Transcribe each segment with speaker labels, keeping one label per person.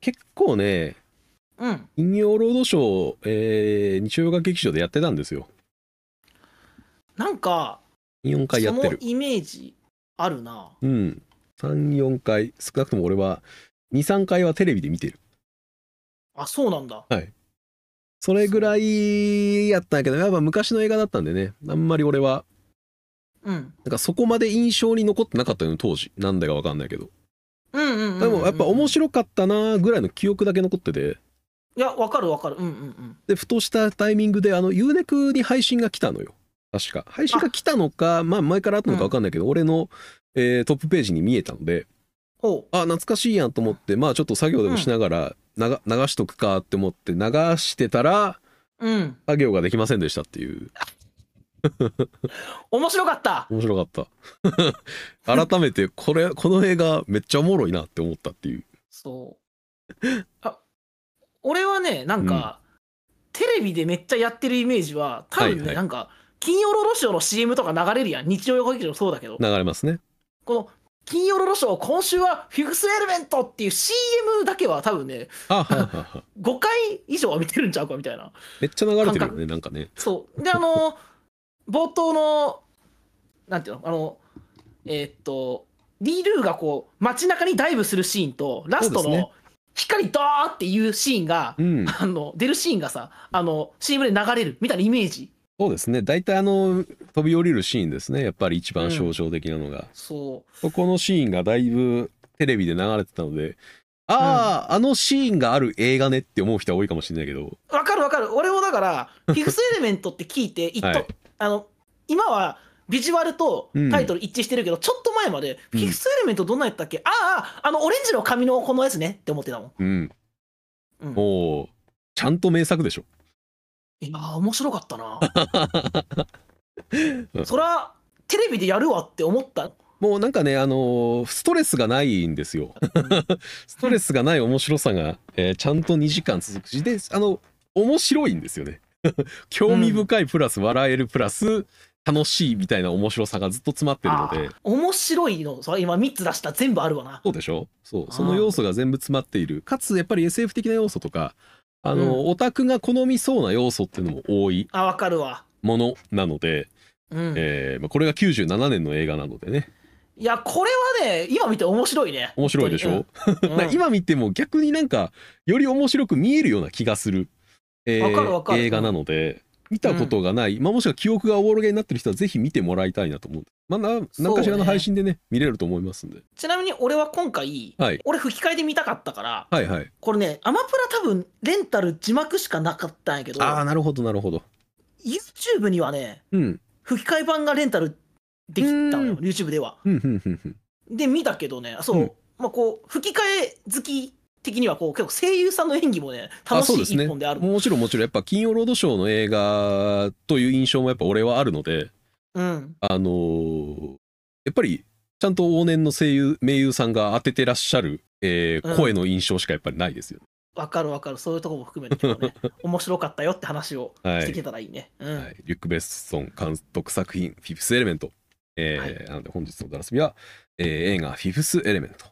Speaker 1: 結構ね、
Speaker 2: うん。
Speaker 1: 金曜ロードショー、えー日曜が劇場でやってたんですよ。
Speaker 2: なんか、
Speaker 1: 3、4回や
Speaker 2: そ
Speaker 1: って
Speaker 2: の
Speaker 1: る。
Speaker 2: イメージあるな。
Speaker 1: うん。3、4回、少なくとも俺は、2、3回はテレビで見てる。
Speaker 2: あ、そうなんだ。
Speaker 1: それぐらいやったんやけど、やっぱ昔の映画だったんでね、あんまり俺は、
Speaker 2: うん。
Speaker 1: なんかそこまで印象に残ってなかったのよ、当時。なんだかわかんないけど。
Speaker 2: うんうんうんうん、
Speaker 1: でもやっぱ面
Speaker 2: い。
Speaker 1: 白かったなぐらいの記憶だけ残ってて、
Speaker 2: いや、わかるわかる。うんうんうん。
Speaker 1: で、ふとしたタイミングで、あの、ユーネクに配信が来たのよ。確か。配信が来たのか、まあ前からあったのかわかんないけど、俺の、えートップページに見えたので、
Speaker 2: ほ
Speaker 1: あ、懐かしいやんと思って、まあちょっと作業でもしながら、なが流しとくかって思って流してたら、
Speaker 2: う。うん。
Speaker 1: 作業ができませんでしたっていう。
Speaker 2: 面白かった。
Speaker 1: 面白かった。 改めて、これ、この映画めっちゃおもろいなって思ったっていう。
Speaker 2: そう。あ、俺はね、なんか、テレビでめっちゃやってるイメージは、多分ね、
Speaker 1: はいはい
Speaker 2: なんか、金曜ロードショーの CM とか流れるやん。日曜横劇場もそうだけど。
Speaker 1: 流れますね。
Speaker 2: この、金曜ロードショー、今週はフィフスエレメントっていう CM だけは多分ね、
Speaker 1: あはははは。
Speaker 2: 5回以上は見てるんちゃうかみたいな。
Speaker 1: めっちゃ流れてるよね、なんかね。
Speaker 2: そう。で、あの、冒頭の、なんていうの、あの、えーっと、リルーがこう、街中にダイブするシーンと、ラスト
Speaker 1: そうです
Speaker 2: の
Speaker 1: ね、
Speaker 2: 光ドーっていうシーンが、
Speaker 1: うん。
Speaker 2: あの、出るシーンがさ、あの、CM で流れるみたいなイメージ。
Speaker 1: そうですね。大体あの、飛び降りるシーンですね。やっぱり一番象徴的なのが。
Speaker 2: そ
Speaker 1: そこのシーンがだいぶテレビで流れてたので、ああ、あのシーンがある映画ねって思う人は多いかもしれないけど、
Speaker 2: う。わかるわかる。俺も だから、フィフスエレメントって聞いて、一と、
Speaker 1: はい
Speaker 2: あの、今は、ビジュアルとタイトル一致してるけど、ちょっと前まで、
Speaker 1: うん
Speaker 2: フィフスエレメントどんなんやったっけ、ああ、あの、オレンジの髪のこのやつねって思ってたもん。
Speaker 1: うん。
Speaker 2: うん
Speaker 1: もう、ちゃんと名作でしょ。
Speaker 2: いやー面白かったなそらテレビでやるわって思った
Speaker 1: もうなんかね、あのーストレスがないんですよ。 ストレスがない面白さが、えーちゃんと2時間続くし、で、あの、面白いんですよね。 興味深いプラス笑えるプラス楽しいみたいな面白さがずっと詰まってるので、
Speaker 2: 面白いのそら今3つ出した全部あるわな
Speaker 1: そうでしょそ
Speaker 2: あ
Speaker 1: う
Speaker 2: ー
Speaker 1: その要素が全部詰まっているかつやっぱり SF 的な要素とかあの、オタクが好みそうな要素っていうのも多い
Speaker 2: あわかるわ
Speaker 1: ものなので、
Speaker 2: うん、
Speaker 1: えーまあ、これが97年の映画なのでね
Speaker 2: いやこれはね今見て面白いね
Speaker 1: 面白いでしょ、
Speaker 2: 本 当に、
Speaker 1: だ
Speaker 2: うん
Speaker 1: から今見ても逆になんかより面白く見えるような気がする,、えー
Speaker 2: わかるわかる
Speaker 1: 映画なので見たことがない、まあ、もしくは記憶がおぼろげになってる人はぜひ見てもらいたいなと思うまあな何かしらの配信でね見れると思いますんで
Speaker 2: ちなみに俺は今回、
Speaker 1: はい
Speaker 2: 俺吹き替えで見たかったから
Speaker 1: はいはい
Speaker 2: これねアマプラ多分レンタル字幕しかなかったんやけど
Speaker 1: ああなるほどなるほど
Speaker 2: YouTube にはね
Speaker 1: うん
Speaker 2: 吹き替え版がレンタルできたの
Speaker 1: う
Speaker 2: よ
Speaker 1: ん
Speaker 2: YouTube では
Speaker 1: うんうんうんうん
Speaker 2: で見たけどねそう、
Speaker 1: うん
Speaker 2: まあこう吹き替え好き的にはこう結構声優さんの演技もね楽しい一本である
Speaker 1: ね、もちろんもちろんやっぱ金曜ロードショーの映画という印象もやっぱ俺はあるので
Speaker 2: うん
Speaker 1: あのーやっぱりちゃんと往年の声優名優さんが当ててらっしゃる、えー
Speaker 2: うん
Speaker 1: 声の印象しかやっぱりないですよね、
Speaker 2: わかるわかるそういうとこも含めて結構 ね面白かったよって話を
Speaker 1: はい
Speaker 2: してきたらいいね、うん
Speaker 1: はい、リュック・ベッソン監督作品「フィフス・エレメント」えー
Speaker 2: はい
Speaker 1: なので本日のダラスミは、えー映画「フィフス・エレメント」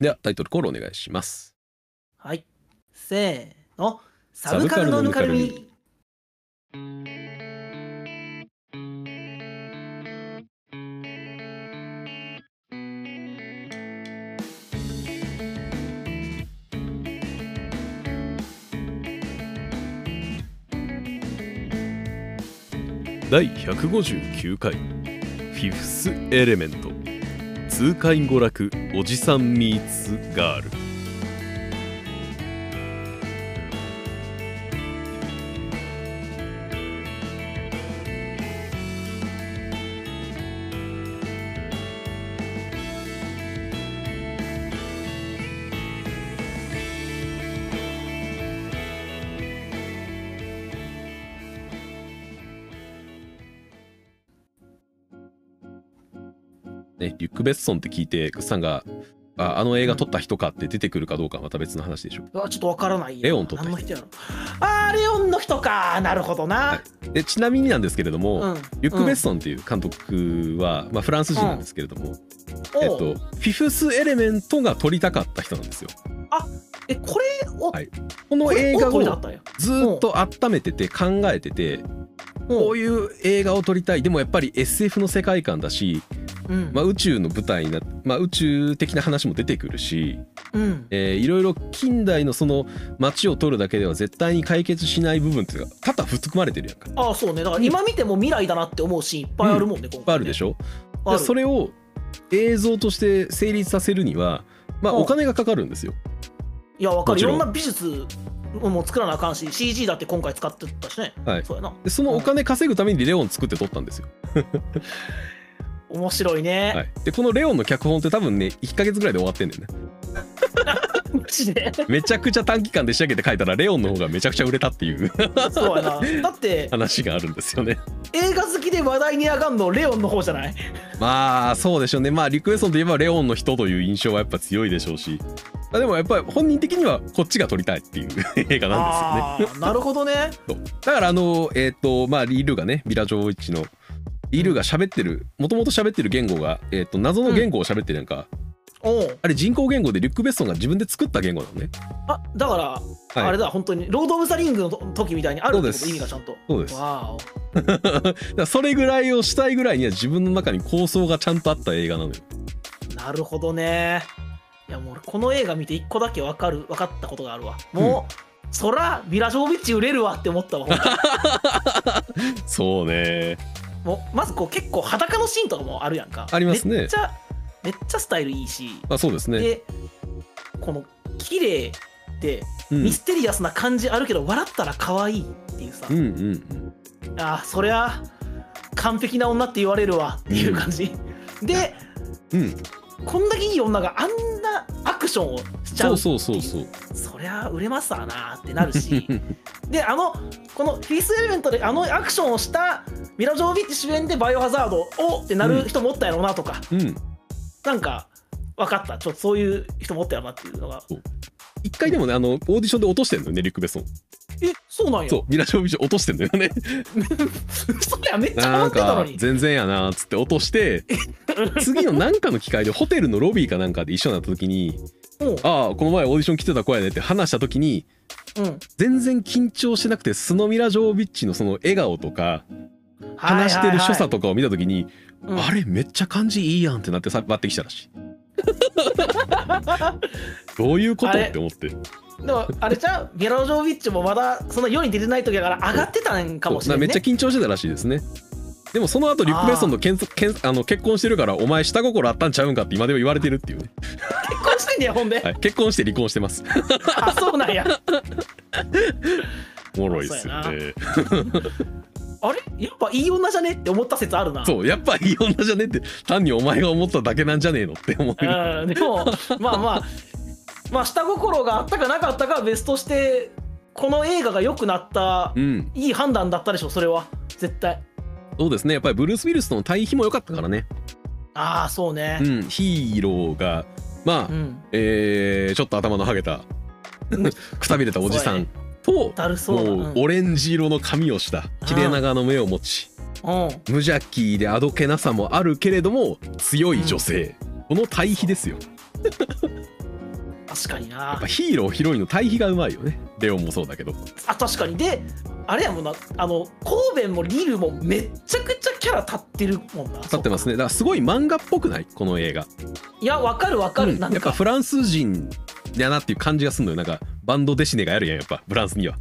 Speaker 1: ではタイトルコールお願いします
Speaker 2: はい、せーのサブカルのぬかる
Speaker 1: サブカルのぬか
Speaker 2: み
Speaker 1: 第159回「フィフス・エレメント」痛快娯楽おじさんミーツガールね、リュック・ベッソンって聞いてグッさんがああの映画撮った人かって出てくるかどうかはまた別の話でしょう
Speaker 2: うわちょっとわからないな
Speaker 1: レオン撮った人
Speaker 2: 何の人やろあーレオンの人かなるほどな、
Speaker 1: でちなみになんですけれども、
Speaker 2: うん
Speaker 1: リュック・ベッソンっていう監督は、まあ、フランス人なんですけれども、
Speaker 2: うん
Speaker 1: えっ
Speaker 2: おう
Speaker 1: と、フィフス・エレメントが撮りたかった人なんですよ。
Speaker 2: えこれを、
Speaker 1: はいこの
Speaker 2: これ
Speaker 1: 映画
Speaker 2: を撮りたか
Speaker 1: を
Speaker 2: ったんや
Speaker 1: ずーっと温めてて考えててこういう映画を撮りたいでもやっぱり SF の世界観だし、
Speaker 2: うん
Speaker 1: まあ、宇宙の舞台にな、まあ、宇宙的な話も出てくるし、
Speaker 2: うん
Speaker 1: えーいろいろ近代のその街を撮るだけでは絶対に解決しない部分っていうのが多々含まれてるやんかいっ
Speaker 2: ああそうねだから今見ても未来だなって思うシーンいっぱいあるもんね、今回ねいっ
Speaker 1: ぱいあるで
Speaker 2: ょ
Speaker 1: しょ
Speaker 2: ある
Speaker 1: でそれを映像として成立させるには、まあ、
Speaker 2: うん
Speaker 1: お金がかかるんですよ。
Speaker 2: いやわか
Speaker 1: も
Speaker 2: るい
Speaker 1: ちろん
Speaker 2: ろんな美術も作らなあかんし CG だって今回使ってたしね、
Speaker 1: はい
Speaker 2: そうやな
Speaker 1: でそのお金稼ぐためにレオン作って撮ったんですよ。
Speaker 2: 面白いね、
Speaker 1: はい、でこのレオンの脚本って多分ね1ヶ月ぐらいで終わってんだよね。
Speaker 2: マジで
Speaker 1: めちゃくちゃ短期間で仕上げて書いたらレオンの方がめちゃくちゃ売れたっていう
Speaker 2: そうやなだって
Speaker 1: 話があるんですよね。
Speaker 2: 映画好きで話題に上がんのレオンの方じゃない
Speaker 1: まあそうでしょうね。まあリクエストといえばレオンの人という印象はやっぱ強いでしょうし。あでもやっぱり本人的にはこっちが撮りたいっていう 映画なんですよね。
Speaker 2: あーなるほどね
Speaker 1: そうだからあのえっ、とまあリールがねビラ・ジョーイチのリールが喋ってるもともと喋ってる言語が、えー、と謎の言語を喋ってるやんか、
Speaker 2: おう
Speaker 1: あれ人工言語でリュック・ベッソンが自分で作った言語なのね
Speaker 2: あだから、
Speaker 1: はい
Speaker 2: あれだ本当にロード・オブ・ザ・リングの時みたいにあるって
Speaker 1: そうで
Speaker 2: こと
Speaker 1: す
Speaker 2: 意味がちゃんと
Speaker 1: そうです
Speaker 2: わ
Speaker 1: だからそれぐらいをしたいぐらいには自分の中に構想がちゃんとあった映画なのよ
Speaker 2: ーおなるほどねいやもう俺この映画見て一個だけ分かる分かったことがあるわもう、そらビラ・ジョービッチ売れるわって思ったわほんとに
Speaker 1: そうね
Speaker 2: もうまずこう結構裸のシーンとかもあるやんか
Speaker 1: ありますね
Speaker 2: めっちゃめっちゃスタイルいいし、
Speaker 1: まあそうですね
Speaker 2: でこの綺麗で
Speaker 1: うん
Speaker 2: ミステリアスな感じあるけど、笑ったら可愛いっていうさ、
Speaker 1: うんうん
Speaker 2: ああそりゃ完璧な女って言われるわっていう感じ、で
Speaker 1: うんうん
Speaker 2: こんだけいい女があんなアクションをしちゃ
Speaker 1: そううそうそうそう
Speaker 2: そりゃ売れますわなってなるしであのこの「フィスエレメント」であのアクションをしたミラ・ジョービッチ主演で「バイオハザード」をってなる人もおったやろうなとか、
Speaker 1: うん
Speaker 2: なんか分かったちょっとそういう人もおったやろうなっていうのが
Speaker 1: 一回でもねあのオーディションで落としてんのよねリュック・ベッソン
Speaker 2: えそうなんや
Speaker 1: そうビラ・ジョービッチ落としてんのよね
Speaker 2: そりゃめっちゃ笑
Speaker 1: な
Speaker 2: っ
Speaker 1: ん
Speaker 2: てたの
Speaker 1: か
Speaker 2: に
Speaker 1: 全然やなーっつって落と して次のなんかの機会でホテルのロビーかなんかで一緒になった時に
Speaker 2: うん
Speaker 1: 「ああこの前オーディション来てた子やね」って話した時に
Speaker 2: うん
Speaker 1: 全然緊張してなくてスノミラ・ジョービッチのその笑顔とか話してる所作とかを見た時に「
Speaker 2: はいはい
Speaker 1: あれめっちゃ感じいいやん」ってなってさってきたらしい。どういうこと
Speaker 2: あれ
Speaker 1: って思って
Speaker 2: でもあれじゃうゲロジョービッチもまだそんな世に出てない時だから上がってたんかもし
Speaker 1: そ
Speaker 2: れ
Speaker 1: う
Speaker 2: な
Speaker 1: め
Speaker 2: い、
Speaker 1: っちゃ
Speaker 2: ね、
Speaker 1: 緊張してたらしいですね。でもその後リュック・ベッソンとけんけんあの結婚してるからお前下心あったんちゃうんかって今でも言われてるっていうね、
Speaker 2: 結婚してんねやほんで、
Speaker 1: はい、結婚して離婚してます
Speaker 2: あそうなんや
Speaker 1: おもろいっすよね
Speaker 2: あれやっぱいい女じゃねって思った説あるな
Speaker 1: そうやっぱいい女じゃねえって単にお前が思っただけなんじゃねえのって思える
Speaker 2: うんでもまあまあまあ下心があったかなかったかは別としてこの映画が良くなった
Speaker 1: うん
Speaker 2: いい判断だったでしょそれは絶対
Speaker 1: そうですねやっぱりブルース・ウィルスとの対比も良かったからね
Speaker 2: ああそうね
Speaker 1: うん、ヒーローがまあ、
Speaker 2: うん、
Speaker 1: えーちょっと頭のハゲ たくたびれたおじさんと、
Speaker 2: だるそうな
Speaker 1: もうオレンジ色の髪をした綺麗な側の目を持ち
Speaker 2: うんうん
Speaker 1: 無邪気であどけなさもあるけれども強い女性、この対比ですよ
Speaker 2: 確かに
Speaker 1: や
Speaker 2: な
Speaker 1: っぱヒーローヒロインの対比がうまいよねレオンもそうだけど
Speaker 2: あ確かにであれやもんなあの神戸もリルもめっちゃくちゃキャラ立ってるもんな
Speaker 1: 立ってますねだからすごい漫画っぽくないこの映画
Speaker 2: いやわかるわかる、
Speaker 1: うん
Speaker 2: な
Speaker 1: や
Speaker 2: ん
Speaker 1: っぱ
Speaker 2: か
Speaker 1: フランス人だなっていう感じがするのよなんかバンドデシネがやるやんやっぱフランスには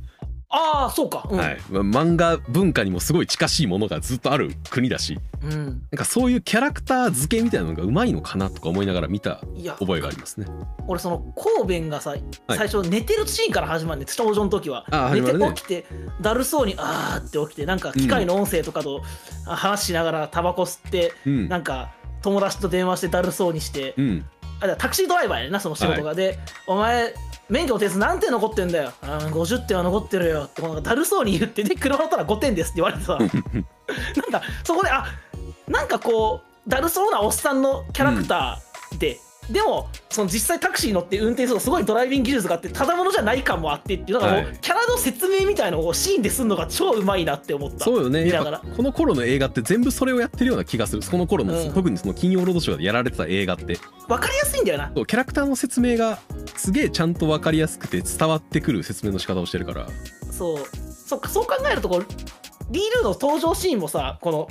Speaker 2: ああそうかうん、
Speaker 1: はい、まあ漫画文化にもすごい近しいものがずっとある国だし
Speaker 2: うん、
Speaker 1: なんかそういうキャラクター付けみたいなのがうまいのかなとか思いながら見た
Speaker 2: いや
Speaker 1: 覚えがありますね。
Speaker 2: 俺その神戸がさ、最初寝てるシーンから始まるんで登場の時は
Speaker 1: あー始
Speaker 2: 寝
Speaker 1: ま
Speaker 2: て
Speaker 1: るね
Speaker 2: 起きてだるそうにあーって起きてなんか機械の音声とかとあ話しながらタバコ吸って、
Speaker 1: うん
Speaker 2: なんか友達と電話してだるそうにして、
Speaker 1: うん、
Speaker 2: あタクシードライバーやねんなその仕事が、でお前免許の点数何点残ってんだよあー50点は残ってるよってこうなんかだるそうに言ってで車乗ったら5点ですって言われて さなんかそこであなんかこうだるそうなおっさんのキャラクターで、でもその実際タクシーに乗って運転するとすごいドライビング技術があってただものじゃない感もあってっていうだからもう、
Speaker 1: はい
Speaker 2: キャラの説明みたいのをシーンですんのが超うまいなって思った
Speaker 1: そうよね
Speaker 2: 見
Speaker 1: や
Speaker 2: な
Speaker 1: っ
Speaker 2: が
Speaker 1: ぱ
Speaker 2: ら
Speaker 1: この頃の映画って全部それをやってるような気がするこの頃の、
Speaker 2: うん
Speaker 1: 特にその金曜ロードショーでやられてた映画って
Speaker 2: 分かりやすいんだよな
Speaker 1: そうキャラクターの説明がすげえちゃんと分かりやすくて伝わってくる説明の仕方をしてるから
Speaker 2: そうそうかそう考えるとこうリールの登場シーンもさこの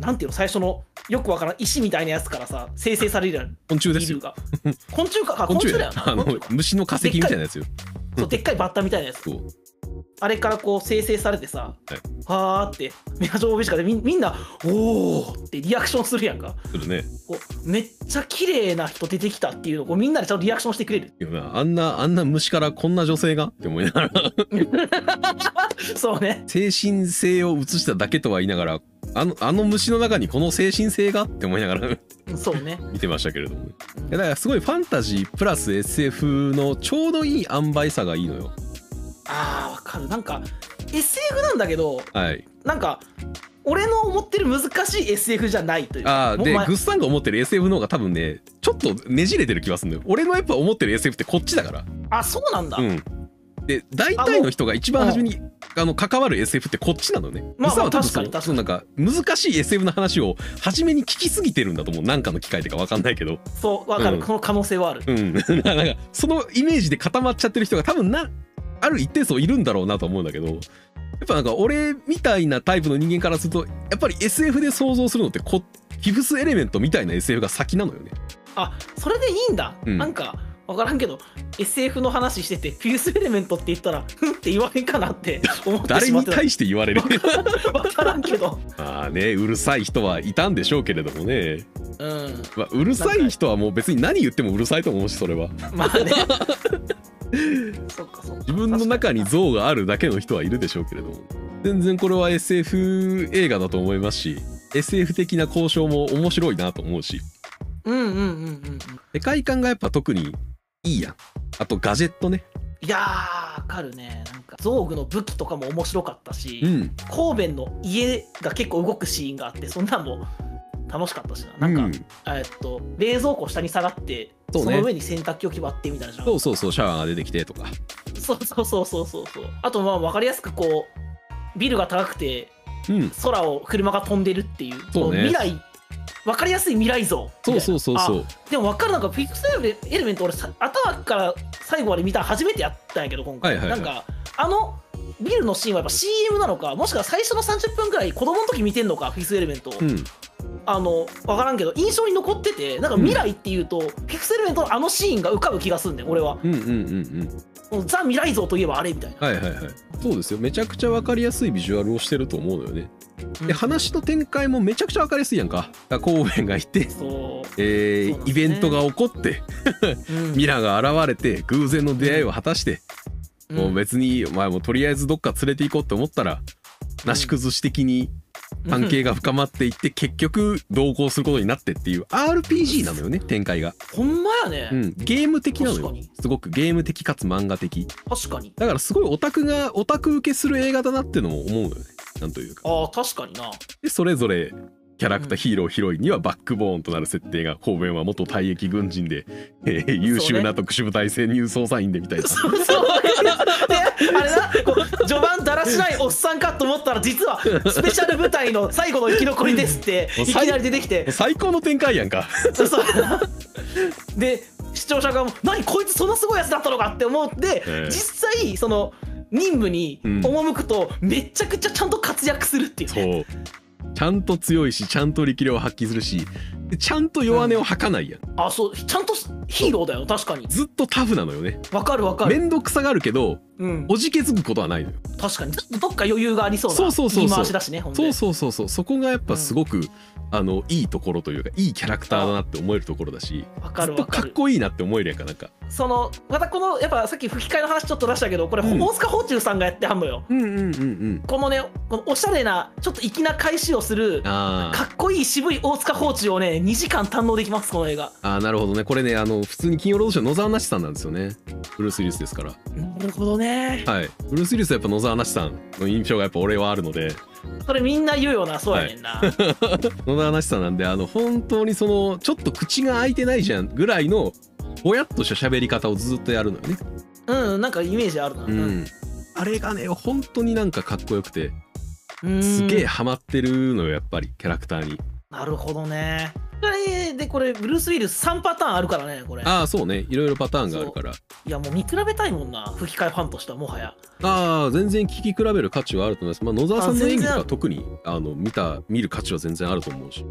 Speaker 2: なんていうの最初のよくわからん石みたいなやつからさ生成されるやん
Speaker 1: 昆虫で
Speaker 2: リー
Speaker 1: すよ
Speaker 2: ルが昆虫かあ
Speaker 1: 昆
Speaker 2: 昆虫
Speaker 1: 虫
Speaker 2: だ
Speaker 1: だよ
Speaker 2: よな
Speaker 1: あの
Speaker 2: 昆虫か
Speaker 1: 虫の化石みたいなやつよ
Speaker 2: そうでっかいバッタみたいなやつ
Speaker 1: そう
Speaker 2: あれからこう生成されてさ
Speaker 1: はい
Speaker 2: はーってミラジョービシカでみんみんなおーってリアクションするやんか
Speaker 1: するね
Speaker 2: こうめっちゃ綺麗な人出てきたっていうのをこうみんなでちゃんとリアクションしてくれる
Speaker 1: いやなあんなあんな虫からこんな女性がって思いなが ら
Speaker 2: そうね
Speaker 1: 精神性を移しただけとは言いながらあのあの虫の中にこの精神性がって思いながら
Speaker 2: そうね
Speaker 1: 見てましたけれどもい
Speaker 2: うん
Speaker 1: やだからすごいファンタジープラス SF のちょうどいい塩梅さがいいのよ
Speaker 2: あーわかるなんか SF なんだけど
Speaker 1: はい
Speaker 2: なんか俺の思ってる難しい SF じゃないというか
Speaker 1: ああ
Speaker 2: もう
Speaker 1: で
Speaker 2: まあ
Speaker 1: グッサンが思ってる SF の方が多分ねちょっとねじれてる気がするのよ俺のやっぱ思ってる SF ってこっちだから
Speaker 2: あそうなんだ、
Speaker 1: うん、で大体の人が一番初めにあの関わる SF ってこっちなのね。
Speaker 2: まあまあ
Speaker 1: ミサは多分その
Speaker 2: 確かに
Speaker 1: そのなんか難しい SF の話を初めに聞きすぎてるんだと思うなんかの機会とかわかんないけど、
Speaker 2: そうわか
Speaker 1: う
Speaker 2: る、
Speaker 1: ん
Speaker 2: この可能性はある
Speaker 1: うん、 なんかそのイメージで固まっちゃってる人が多分なある一定数いるんだろうなと思うんだけどやっぱなんか俺みたいなタイプの人間からするとやっぱり SF で想像するのってこヒフスエレメントみたいな SF が先なのよね。
Speaker 2: あそれでいいんだ、
Speaker 1: うん
Speaker 2: なんか分からんけど SF の話しててフィースエレメントって言ったらふんって言われんかなって思って
Speaker 1: 誰
Speaker 2: しまっ
Speaker 1: に
Speaker 2: てた
Speaker 1: 対して言われる
Speaker 2: 分からんけど
Speaker 1: まあねうるさい人はいたんでしょうけれどもね。
Speaker 2: うん
Speaker 1: まあ、うるさい人はもう別に何言ってもうるさいと思うしそれは
Speaker 2: まあね そっかそっか
Speaker 1: 自分の中に像があるだけの人はいるでしょうけれども全然これは SF 映画だと思いますし SF 的な交渉も面白いなと思うし
Speaker 2: うんうんうんうんうん
Speaker 1: 世界観がやっぱ特にいいやんあとガジェットね
Speaker 2: いやー分かるねなんか造具の武器とかも面白かったし、
Speaker 1: うん
Speaker 2: 神戸の家が結構動くシーンがあってそんなんも楽しかったしななんか、
Speaker 1: うん
Speaker 2: えっと冷蔵庫下に下がってそ,、
Speaker 1: そうね
Speaker 2: の上に洗濯機を決まってみたいなじゃん
Speaker 1: そうそうそうシャワーが出てきてとか
Speaker 2: そうそうそうそうそうそうあとまあ分かりやすくこうビルが高くて
Speaker 1: うん
Speaker 2: 空を車が飛んでるっていう
Speaker 1: そうね
Speaker 2: こ未来分かりやすい未来像
Speaker 1: そうそううそうそう
Speaker 2: でも分かるなんかフィクスエレメント俺さ頭から最後まで見たの初めてやったんやけど今回、
Speaker 1: はいはいはい
Speaker 2: なんかあのビルのシーンはやっぱ CM なのかもしくは最初の30分くらい子供の時見てんのかフィクスエレメントを、
Speaker 1: うん
Speaker 2: あの分からんけど印象に残っててなんか未来っていうと、フィクスエレメントのあのシーンが浮かぶ気がするんだよ俺は
Speaker 1: うんうんうんうん
Speaker 2: もうザ未来像といえばあれみたいな、
Speaker 1: はいはいはいそうですよめちゃくちゃ分かりやすいビジュアルをしてると思うのよね
Speaker 2: うん
Speaker 1: で話の展開もめちゃくちゃ分かりやすいやんかだから神戸がい て
Speaker 2: そう
Speaker 1: え
Speaker 2: そうなん
Speaker 1: ー
Speaker 2: で
Speaker 1: イ
Speaker 2: すね
Speaker 1: ベントが起こって
Speaker 2: うん
Speaker 1: ミラが現れて偶然の出会いを果たして、もう別にお前もとりあえずどっか連れて行こうと思ったら、なし崩し的に関係が深まっていって、結局同行することになってっていう RPG なのよね展開が、
Speaker 2: ほんまやね、
Speaker 1: うん、ゲーム的なの
Speaker 2: 確か
Speaker 1: よ
Speaker 2: に
Speaker 1: すごくゲーム的かつ漫画的
Speaker 2: 確かに
Speaker 1: だからすごいオタクがオタク受けする映画だなってのも思うのよねなんというか
Speaker 2: ああ確かにな
Speaker 1: でそれぞれキャラクタ
Speaker 2: うん
Speaker 1: ーヒーローヒロインにはバックボーンとなる設定が神戸は元退役軍人で、えー優秀な特殊部隊潜入捜査員でみたいな
Speaker 2: そうそうであれなこう序盤だらしないおっさんかと思ったら実はスペシャル部隊の最後の生き残りですって
Speaker 1: も
Speaker 2: いうき
Speaker 1: 最
Speaker 2: なり出てきて
Speaker 1: 最高の展開やんか
Speaker 2: そうそうで視聴者側も「何こいつそんなすごいやつだったのか!」って思って、
Speaker 1: ええ
Speaker 2: 実際その任務に赴くと、めちゃくちゃちゃんと活躍するっていうね
Speaker 1: そうちゃんと強いしちゃんと力量を発揮するしでちゃんと弱音を吐かないやん、
Speaker 2: あそうちゃんとヒーローだよ確かに
Speaker 1: ずっとタフなのよね
Speaker 2: わかるわかる、
Speaker 1: 面倒くさがあるけど
Speaker 2: うん、
Speaker 1: おじけづくことはないのよ
Speaker 2: 確かにちょっとどっか余裕がありそうな
Speaker 1: そうそうそうそう
Speaker 2: 言い回しだしねほんで
Speaker 1: そうそうそうそうそこがやっぱすごく、あのいいところというかいいキャラクターだなって思えるところだし
Speaker 2: わか
Speaker 1: ず
Speaker 2: る
Speaker 1: っと
Speaker 2: わか
Speaker 1: かっ
Speaker 2: る
Speaker 1: こいいなって思えるやんかなんか
Speaker 2: そのまたこのやっぱさっき吹き替えの話ちょっと出したけどこれ、
Speaker 1: うん
Speaker 2: 大塚芳忠さんがやってはんのよ
Speaker 1: うんうんうんうん
Speaker 2: このねこのおしゃれなちょっと粋な返しをするか
Speaker 1: あー
Speaker 2: っこいい渋い大塚芳忠をね2時間堪能できますこの映画
Speaker 1: あーなるほどねこれねあの普通に金曜ロードショーの野沢なしさんなんですよねブルース・ウィリスですから
Speaker 2: なるほどねね
Speaker 1: はい、ブルース・ウィリスはやっぱ野沢那智さんの印象がやっぱ俺はあるので
Speaker 2: それみんな言うよなそうやねんな、
Speaker 1: 野沢那智さんなんであの本当にそのちょっと口が開いてないじゃんぐらいのぼやっとした喋り方をずっとやるのよね、
Speaker 2: うんなんかイメージあるな、
Speaker 1: うん、あれがね本当になんかかっこよくて
Speaker 2: うん
Speaker 1: すげえハマってるのよやっぱりキャラクターに
Speaker 2: なるほどねこれでこれブルース・ウィルス3パターンあるからねこれ
Speaker 1: ああそうねいろいろパターンがあるから
Speaker 2: いやもう見比べたいもんな吹き替えファンとしてはもはや
Speaker 1: ああ全然聞き比べる価値はあると思います、まあ、野沢さんの演技と
Speaker 2: あ全然あ
Speaker 1: か
Speaker 2: る
Speaker 1: 特にあの見た見る価値は全然あると思うし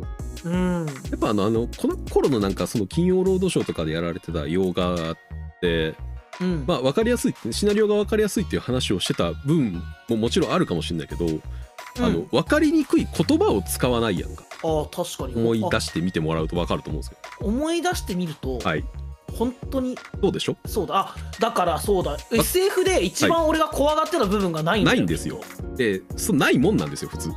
Speaker 2: うん
Speaker 1: やっぱあのあのこの頃のなんかその金曜ロードショーとかでやられてた洋画って
Speaker 2: うん
Speaker 1: まあ分かりやすいシナリオが分かりやすいっていう話をしてた分ももちろんあるかもしれないけど、あ
Speaker 2: う
Speaker 1: の
Speaker 2: ん
Speaker 1: 分かりにくい言葉を使わないやんか
Speaker 2: あ確かに
Speaker 1: 思い出
Speaker 2: し
Speaker 1: して見てもらうと分かると思うんですけ
Speaker 2: 思い出してみると、
Speaker 1: どはい
Speaker 2: 本当に
Speaker 1: どうでしょう
Speaker 2: そうだあだからそうだ SF で一番俺が怖がってた部分がないんだ
Speaker 1: ないんですよでそないもんなんですよ普通、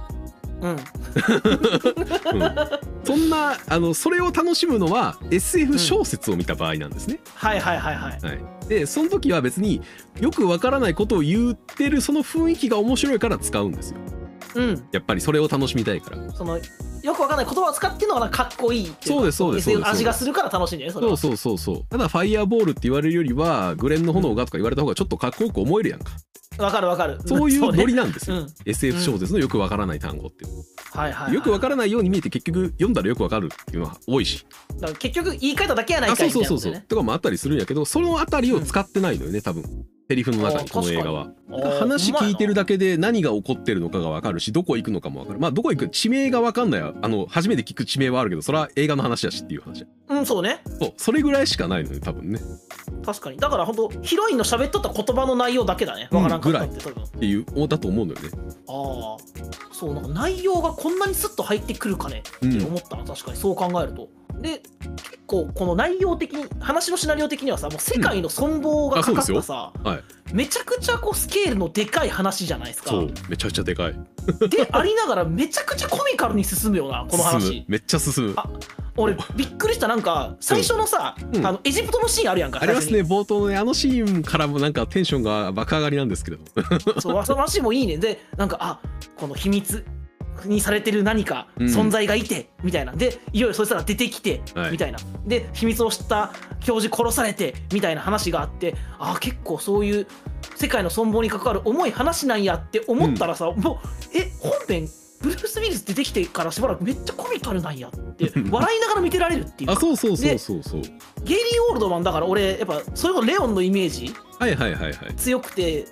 Speaker 2: うん
Speaker 1: うん、そんなあのそれを楽しむのは SF 小説を見た場合なんですね、
Speaker 2: はいはいはいはい
Speaker 1: はい、でその時は別によく分からないことを言ってるその雰囲気が面白いから使うんですよ
Speaker 2: うん
Speaker 1: やっぱりそれを楽しみたいから
Speaker 2: そのよくわかんない言葉を使ってんのがなんかかっこいいってい
Speaker 1: そうですそうですそうで
Speaker 2: SF の
Speaker 1: す
Speaker 2: 味がするから楽しいんだよねそれ
Speaker 1: そ
Speaker 2: は
Speaker 1: うそうそうそうただ「ファイヤーボール」って言われるよりは「グレンの炎が」とか言われた方がちょっとかっこよく思えるやんか
Speaker 2: わかるわかる
Speaker 1: そういうノリ
Speaker 2: な
Speaker 1: なんです
Speaker 2: う
Speaker 1: よ、
Speaker 2: ん
Speaker 1: SF 小説のよくわからない単語っていうの
Speaker 2: はいはいはい、
Speaker 1: よくわからないように見えて結局読んだらよくわかるっていうのは多いし
Speaker 2: だから結局言い換えただけやない
Speaker 1: あ
Speaker 2: か
Speaker 1: そ
Speaker 2: いうみた
Speaker 1: そ
Speaker 2: いうな
Speaker 1: そうそうとかもあったりするんやけどそのあたりを使ってないのよね多分セリフの中
Speaker 2: あ
Speaker 1: に
Speaker 2: ー
Speaker 1: この映画は
Speaker 2: 確かにあー
Speaker 1: 話聞いてる
Speaker 2: ほんまやな
Speaker 1: だけで何が起こってるのかが分かるしどこ行くのかも分かるまあどこ行く地名が分かんないあの初めて聞く地名はあるけどそれは映画の話だしっていう話
Speaker 2: うんそうね
Speaker 1: そうそれぐらいしかないのね多分ね
Speaker 2: 確かにだから本当ヒロインの喋っとった言葉の内容だけだねわからんかったって多分、
Speaker 1: っていう思ったと思うんだよね
Speaker 2: ああそうなんか内容がこんなにスッと入ってくるかね
Speaker 1: う
Speaker 2: って
Speaker 1: ん
Speaker 2: 思ったな確かにそう考えるとで結構この内容的に話のシナリオ的にはさもう世界の存亡がかかっ
Speaker 1: うんあそうで
Speaker 2: た
Speaker 1: す
Speaker 2: さ、
Speaker 1: はい
Speaker 2: めちゃくちゃこうスケールのでかい話じゃないですか
Speaker 1: そうめちゃくちゃでかい
Speaker 2: でありながらめちゃくちゃコミカルに進むよなこの
Speaker 1: 進む
Speaker 2: 話
Speaker 1: めっちゃ進む
Speaker 2: あ俺びっくりしたなんか最初のさ、
Speaker 1: うん
Speaker 2: あのエジプトのシーンあるやんか
Speaker 1: ありますね
Speaker 2: 最初
Speaker 1: 冒頭のねあのシーンからもなんかテンションが爆上がりなんですけれども
Speaker 2: に そうその話もいいねでなんかあこの秘密にされてる何か
Speaker 1: うん
Speaker 2: 存在がいて、みたいなでいよいよそいつら出てきて、
Speaker 1: はい
Speaker 2: みたいなで秘密を知った教授殺されてみたいな話があってあ結構そういう世界の存亡に関わる重い話なんやって思ったらさ、もうえ本編ブルース・ウィリス出てきてからしばらくめっちゃコミカルなんや って笑いながら見てられるっていう
Speaker 1: あ
Speaker 2: か
Speaker 1: そうそうそうそうそう
Speaker 2: ゲイリー・オールドマンだから俺やっぱそれこそレオンのイメージ
Speaker 1: はいはいはいはい
Speaker 2: 強くて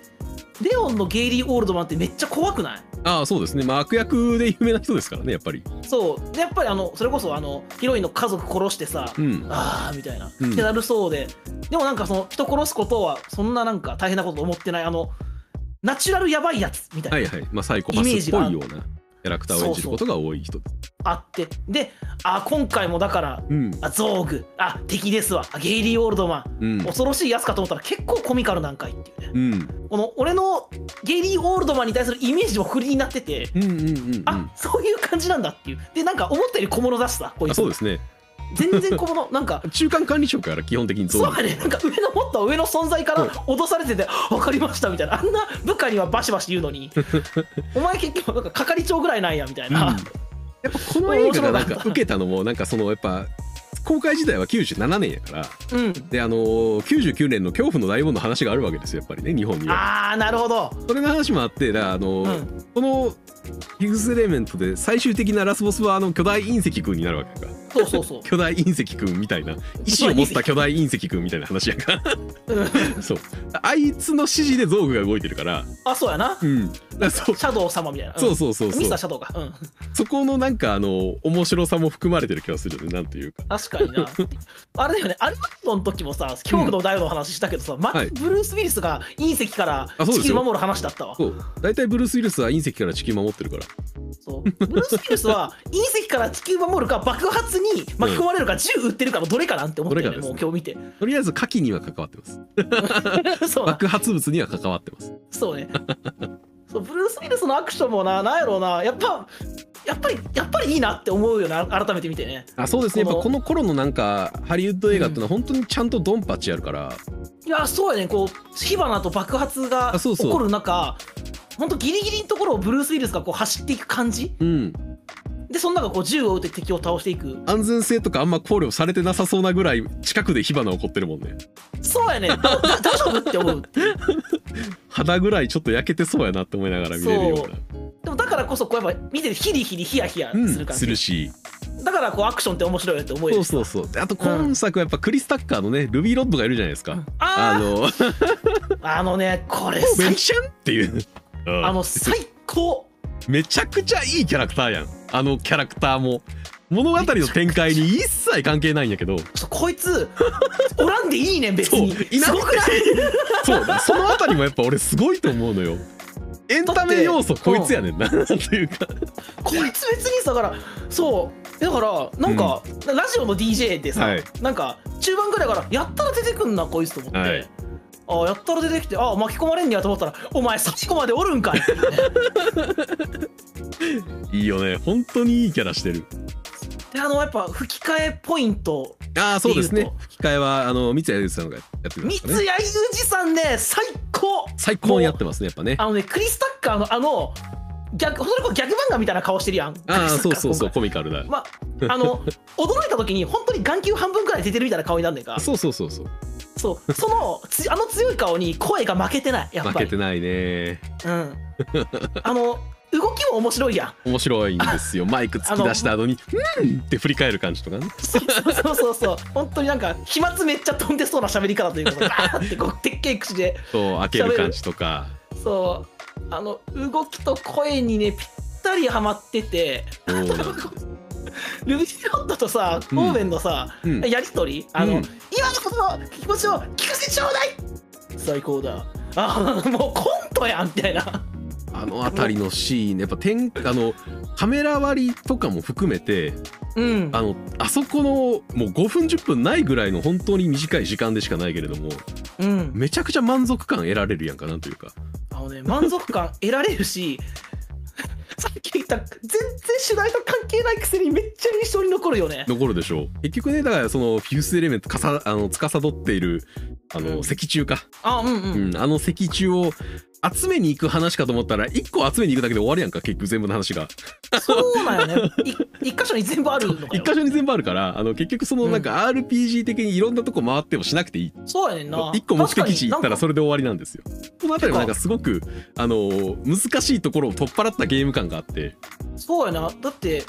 Speaker 2: レオンのゲイリー・オールドマンってめっちゃ怖くない
Speaker 1: ああそうですねまあ悪役で有名な人ですからねやっぱり
Speaker 2: そうでやっぱりあのそれこそあのヒロインの家族殺してさ、
Speaker 1: うん
Speaker 2: あーみたいな、
Speaker 1: うん
Speaker 2: ってなるそうででもなんかその人殺すことはそんななんか大変なこと思ってないあのナチュラルやばいやつみたいな、
Speaker 1: はいはいまあサイコパスっぽいようなキャラクターを演じることが多い人です
Speaker 2: あってであー今回もだから
Speaker 1: うん
Speaker 2: あゾーグあ敵ですわあゲイリー・オールドマン
Speaker 1: うん
Speaker 2: 恐ろしいやつかと思ったら結構コミカルなんかいっていうね
Speaker 1: うん
Speaker 2: この俺のゲイリー・オールドマンに対するイメージも振りになってて、
Speaker 1: うんうんうんうん
Speaker 2: あそういう感じなんだっていうでなんか思ったより小物だしさこい
Speaker 1: あ
Speaker 2: つ
Speaker 1: そうですね
Speaker 2: 全然小物なんか
Speaker 1: 中間管理職から基本的にゾ
Speaker 2: そう
Speaker 1: ー
Speaker 2: や
Speaker 1: ン
Speaker 2: ねなんか上のもっと上の存在から
Speaker 1: うん
Speaker 2: 脅されてて「分かりました」みたいなあんな部下にはバシバシ言うの に「お前結局なんか係長ぐらいなんや」みたいな、
Speaker 1: うんやっぱこの映画がなんか受けたのもなんかそのやっぱ公開時代は97年やから
Speaker 2: うん
Speaker 1: であのー99年の恐怖の大門の話があるわけですよやっぱりね日本には。
Speaker 2: あーなるほど、
Speaker 1: それの話もあってだからあの
Speaker 2: う
Speaker 1: ー、
Speaker 2: ん、
Speaker 1: このヒグスエレメントで最終的なラスボスはあの巨大隕石君になるわけやから
Speaker 2: そうそう そう
Speaker 1: 巨大隕石君みたいな意志を持った巨大隕石君みたいな話やん か
Speaker 2: うん
Speaker 1: そうあいつの指示でゾーグが動いてるから,、
Speaker 2: あそうやな
Speaker 1: うん、だからそう
Speaker 2: シャドウ様みたいな、ん
Speaker 1: そうそうそう
Speaker 2: ミ
Speaker 1: そ
Speaker 2: スタ
Speaker 1: う
Speaker 2: ーシャドウかうん
Speaker 1: そこのなんかあの面白さも含まれてる気がするよねなんというか
Speaker 2: 確かになあれだよねアルバットの時もさ恐怖の大の話したけどさ、ま
Speaker 1: はい
Speaker 2: ブルース・ウィリスが隕石から
Speaker 1: あそう
Speaker 2: 地
Speaker 1: です
Speaker 2: 球
Speaker 1: よ
Speaker 2: 守る話だったわ
Speaker 1: そう大体ブルース・ウィルスは隕石から地球守ってるから
Speaker 2: そうブルース・ウィリスは隕石から地球守るか爆発に巻き込まれるか銃撃ってるかのどれかなんて思ってるよね、
Speaker 1: どれ
Speaker 2: もう
Speaker 1: か
Speaker 2: 今日見て
Speaker 1: とりあえず火器には関わってます
Speaker 2: そうな
Speaker 1: 爆発物には関わってます
Speaker 2: そうねそうブルース・ウィリスのアクションもななんやろうなやっぱやっぱりやっぱりいいなって思うよな改めて見てね
Speaker 1: あそうですねや
Speaker 2: こ
Speaker 1: っ
Speaker 2: の
Speaker 1: ぱこの頃のなんかハリウッド映画っていうのは本当にちゃんとドンパチやるから、
Speaker 2: いやそうやねこう火花と爆発が
Speaker 1: あそう
Speaker 2: 起
Speaker 1: そう
Speaker 2: こる中ほんとギリギリのところをブルース・ウィルスがこう走っていく感じ
Speaker 1: うん、
Speaker 2: でその中こう銃を撃って敵を倒していく
Speaker 1: 安全性とかあんま考慮されてなさそうなぐらい近くで火花起こってるもんね
Speaker 2: そうやねんだだ大丈夫って思うっていう
Speaker 1: 肌ぐらいちょっと焼けてそうやなって思いながら見れるような
Speaker 2: でもだからこそこうやっぱ見ててヒリヒリヒヤヒヤ
Speaker 1: うん
Speaker 2: する感
Speaker 1: す
Speaker 2: じ、
Speaker 1: るし
Speaker 2: だからこうアクションって面白いよって思え
Speaker 1: そ
Speaker 2: る
Speaker 1: うそうそうであと今作はやっぱクリス・タッカーのねルビー・ロッドがいるじゃないですか、あ
Speaker 2: あー
Speaker 1: の
Speaker 2: あのねこれ
Speaker 1: 「 め
Speaker 2: 最
Speaker 1: ちゃん!」っていううん
Speaker 2: あの最高
Speaker 1: めちゃくちゃいいキャラクターやんあのキャラクターも物語の展開に一切関係ないんやけど
Speaker 2: そうこいつおらんでいいねん別
Speaker 1: そう
Speaker 2: に
Speaker 1: いな
Speaker 2: す
Speaker 1: く
Speaker 2: ごくない
Speaker 1: そう そのあたりもやっぱ俺すごいと思うのよエンタメ要素こいつやねんな っていうか
Speaker 2: こいつ別にさだからそうだからなんか、ラジオの DJ でさ、
Speaker 1: はい
Speaker 2: なんか中盤ぐらいからやったら出てくんなこいつと思って、
Speaker 1: はい
Speaker 2: ああやったら出てきてああ巻き込まれんねやと思ったらお前最後までおるんかい
Speaker 1: いいよね本当にいいキャラしてる
Speaker 2: であのやっぱ吹き替えポイント
Speaker 1: ああそうです
Speaker 2: って
Speaker 1: ね
Speaker 2: いうと
Speaker 1: 吹き替えはあの三谷由紀さんがやってるん
Speaker 2: 三
Speaker 1: で
Speaker 2: 谷
Speaker 1: すかね
Speaker 2: 裕二さんね最高
Speaker 1: 最高にやってますねやっぱね
Speaker 2: あのねクリス・タッカーのあの逆それこそギャグ漫画みたいな顔してるやん
Speaker 1: ああ
Speaker 2: ク
Speaker 1: そう
Speaker 2: リスタ
Speaker 1: そ
Speaker 2: ッカー
Speaker 1: うそう
Speaker 2: 今
Speaker 1: コミカルだ
Speaker 2: 回まああの 驚いた時に本当に眼球半分くらい出てるみたいな顔になんねんか
Speaker 1: そうそうそうそう
Speaker 2: そうそのつあの強い顔に声が負けてないやっ
Speaker 1: 負
Speaker 2: ぱ
Speaker 1: け
Speaker 2: り
Speaker 1: てないね
Speaker 2: うん、あの動きも面白いやん
Speaker 1: 面白いんですよマイク突き出した後に「うん!」って振り返る感じとかね
Speaker 2: そうそうそうそうそう本当になんか飛沫めっちゃ飛んでそうな喋り方というかバーってこうでっけえ口で
Speaker 1: そう開ける感じとか
Speaker 2: そうあの動きと声にねぴったりはまってて
Speaker 1: そうなんですよ
Speaker 2: ルビーロッドとさ
Speaker 1: うん
Speaker 2: オーベンのさ、
Speaker 1: うん
Speaker 2: やりとりあの、
Speaker 1: うん
Speaker 2: 今のこの気持ちを聞かせてちょうだい最高だあ もうコントやんみたいな
Speaker 1: あの辺りのシーンやっぱ天あのカメラ割りとかも含めて
Speaker 2: うん
Speaker 1: あのあそこのもう5分10分ないぐらいの本当に短い時間でしかないけれども
Speaker 2: うん
Speaker 1: めちゃくちゃ満足感得られるやんかなんというか
Speaker 2: あのね満足感得られるし さっき言った全然主題と関係ないくせにめっちゃ印象に残るよね
Speaker 1: 残るでしょう結局ねだからそのフィウスエレメントかさあの司っているあ
Speaker 2: うん
Speaker 1: の石柱か、
Speaker 2: あうんうん、
Speaker 1: うん、あの石柱を集めに行く話かと思ったら1個集めに行くだけで終わりやんか結局全部の話が
Speaker 2: そうなんよねい一箇所に全部あるのか
Speaker 1: 1
Speaker 2: よ
Speaker 1: 箇所に全部あるからあの結局そのなんか RPG 的にいろんなとこ回ってもしなくていい
Speaker 2: そうやねんな
Speaker 1: 一個目的地行ったら
Speaker 2: 確
Speaker 1: それで終わりなんですよ。この辺りもなんかすごくあのー難しいところを取っ払ったゲーム感があって、
Speaker 2: かになんかそうやなだって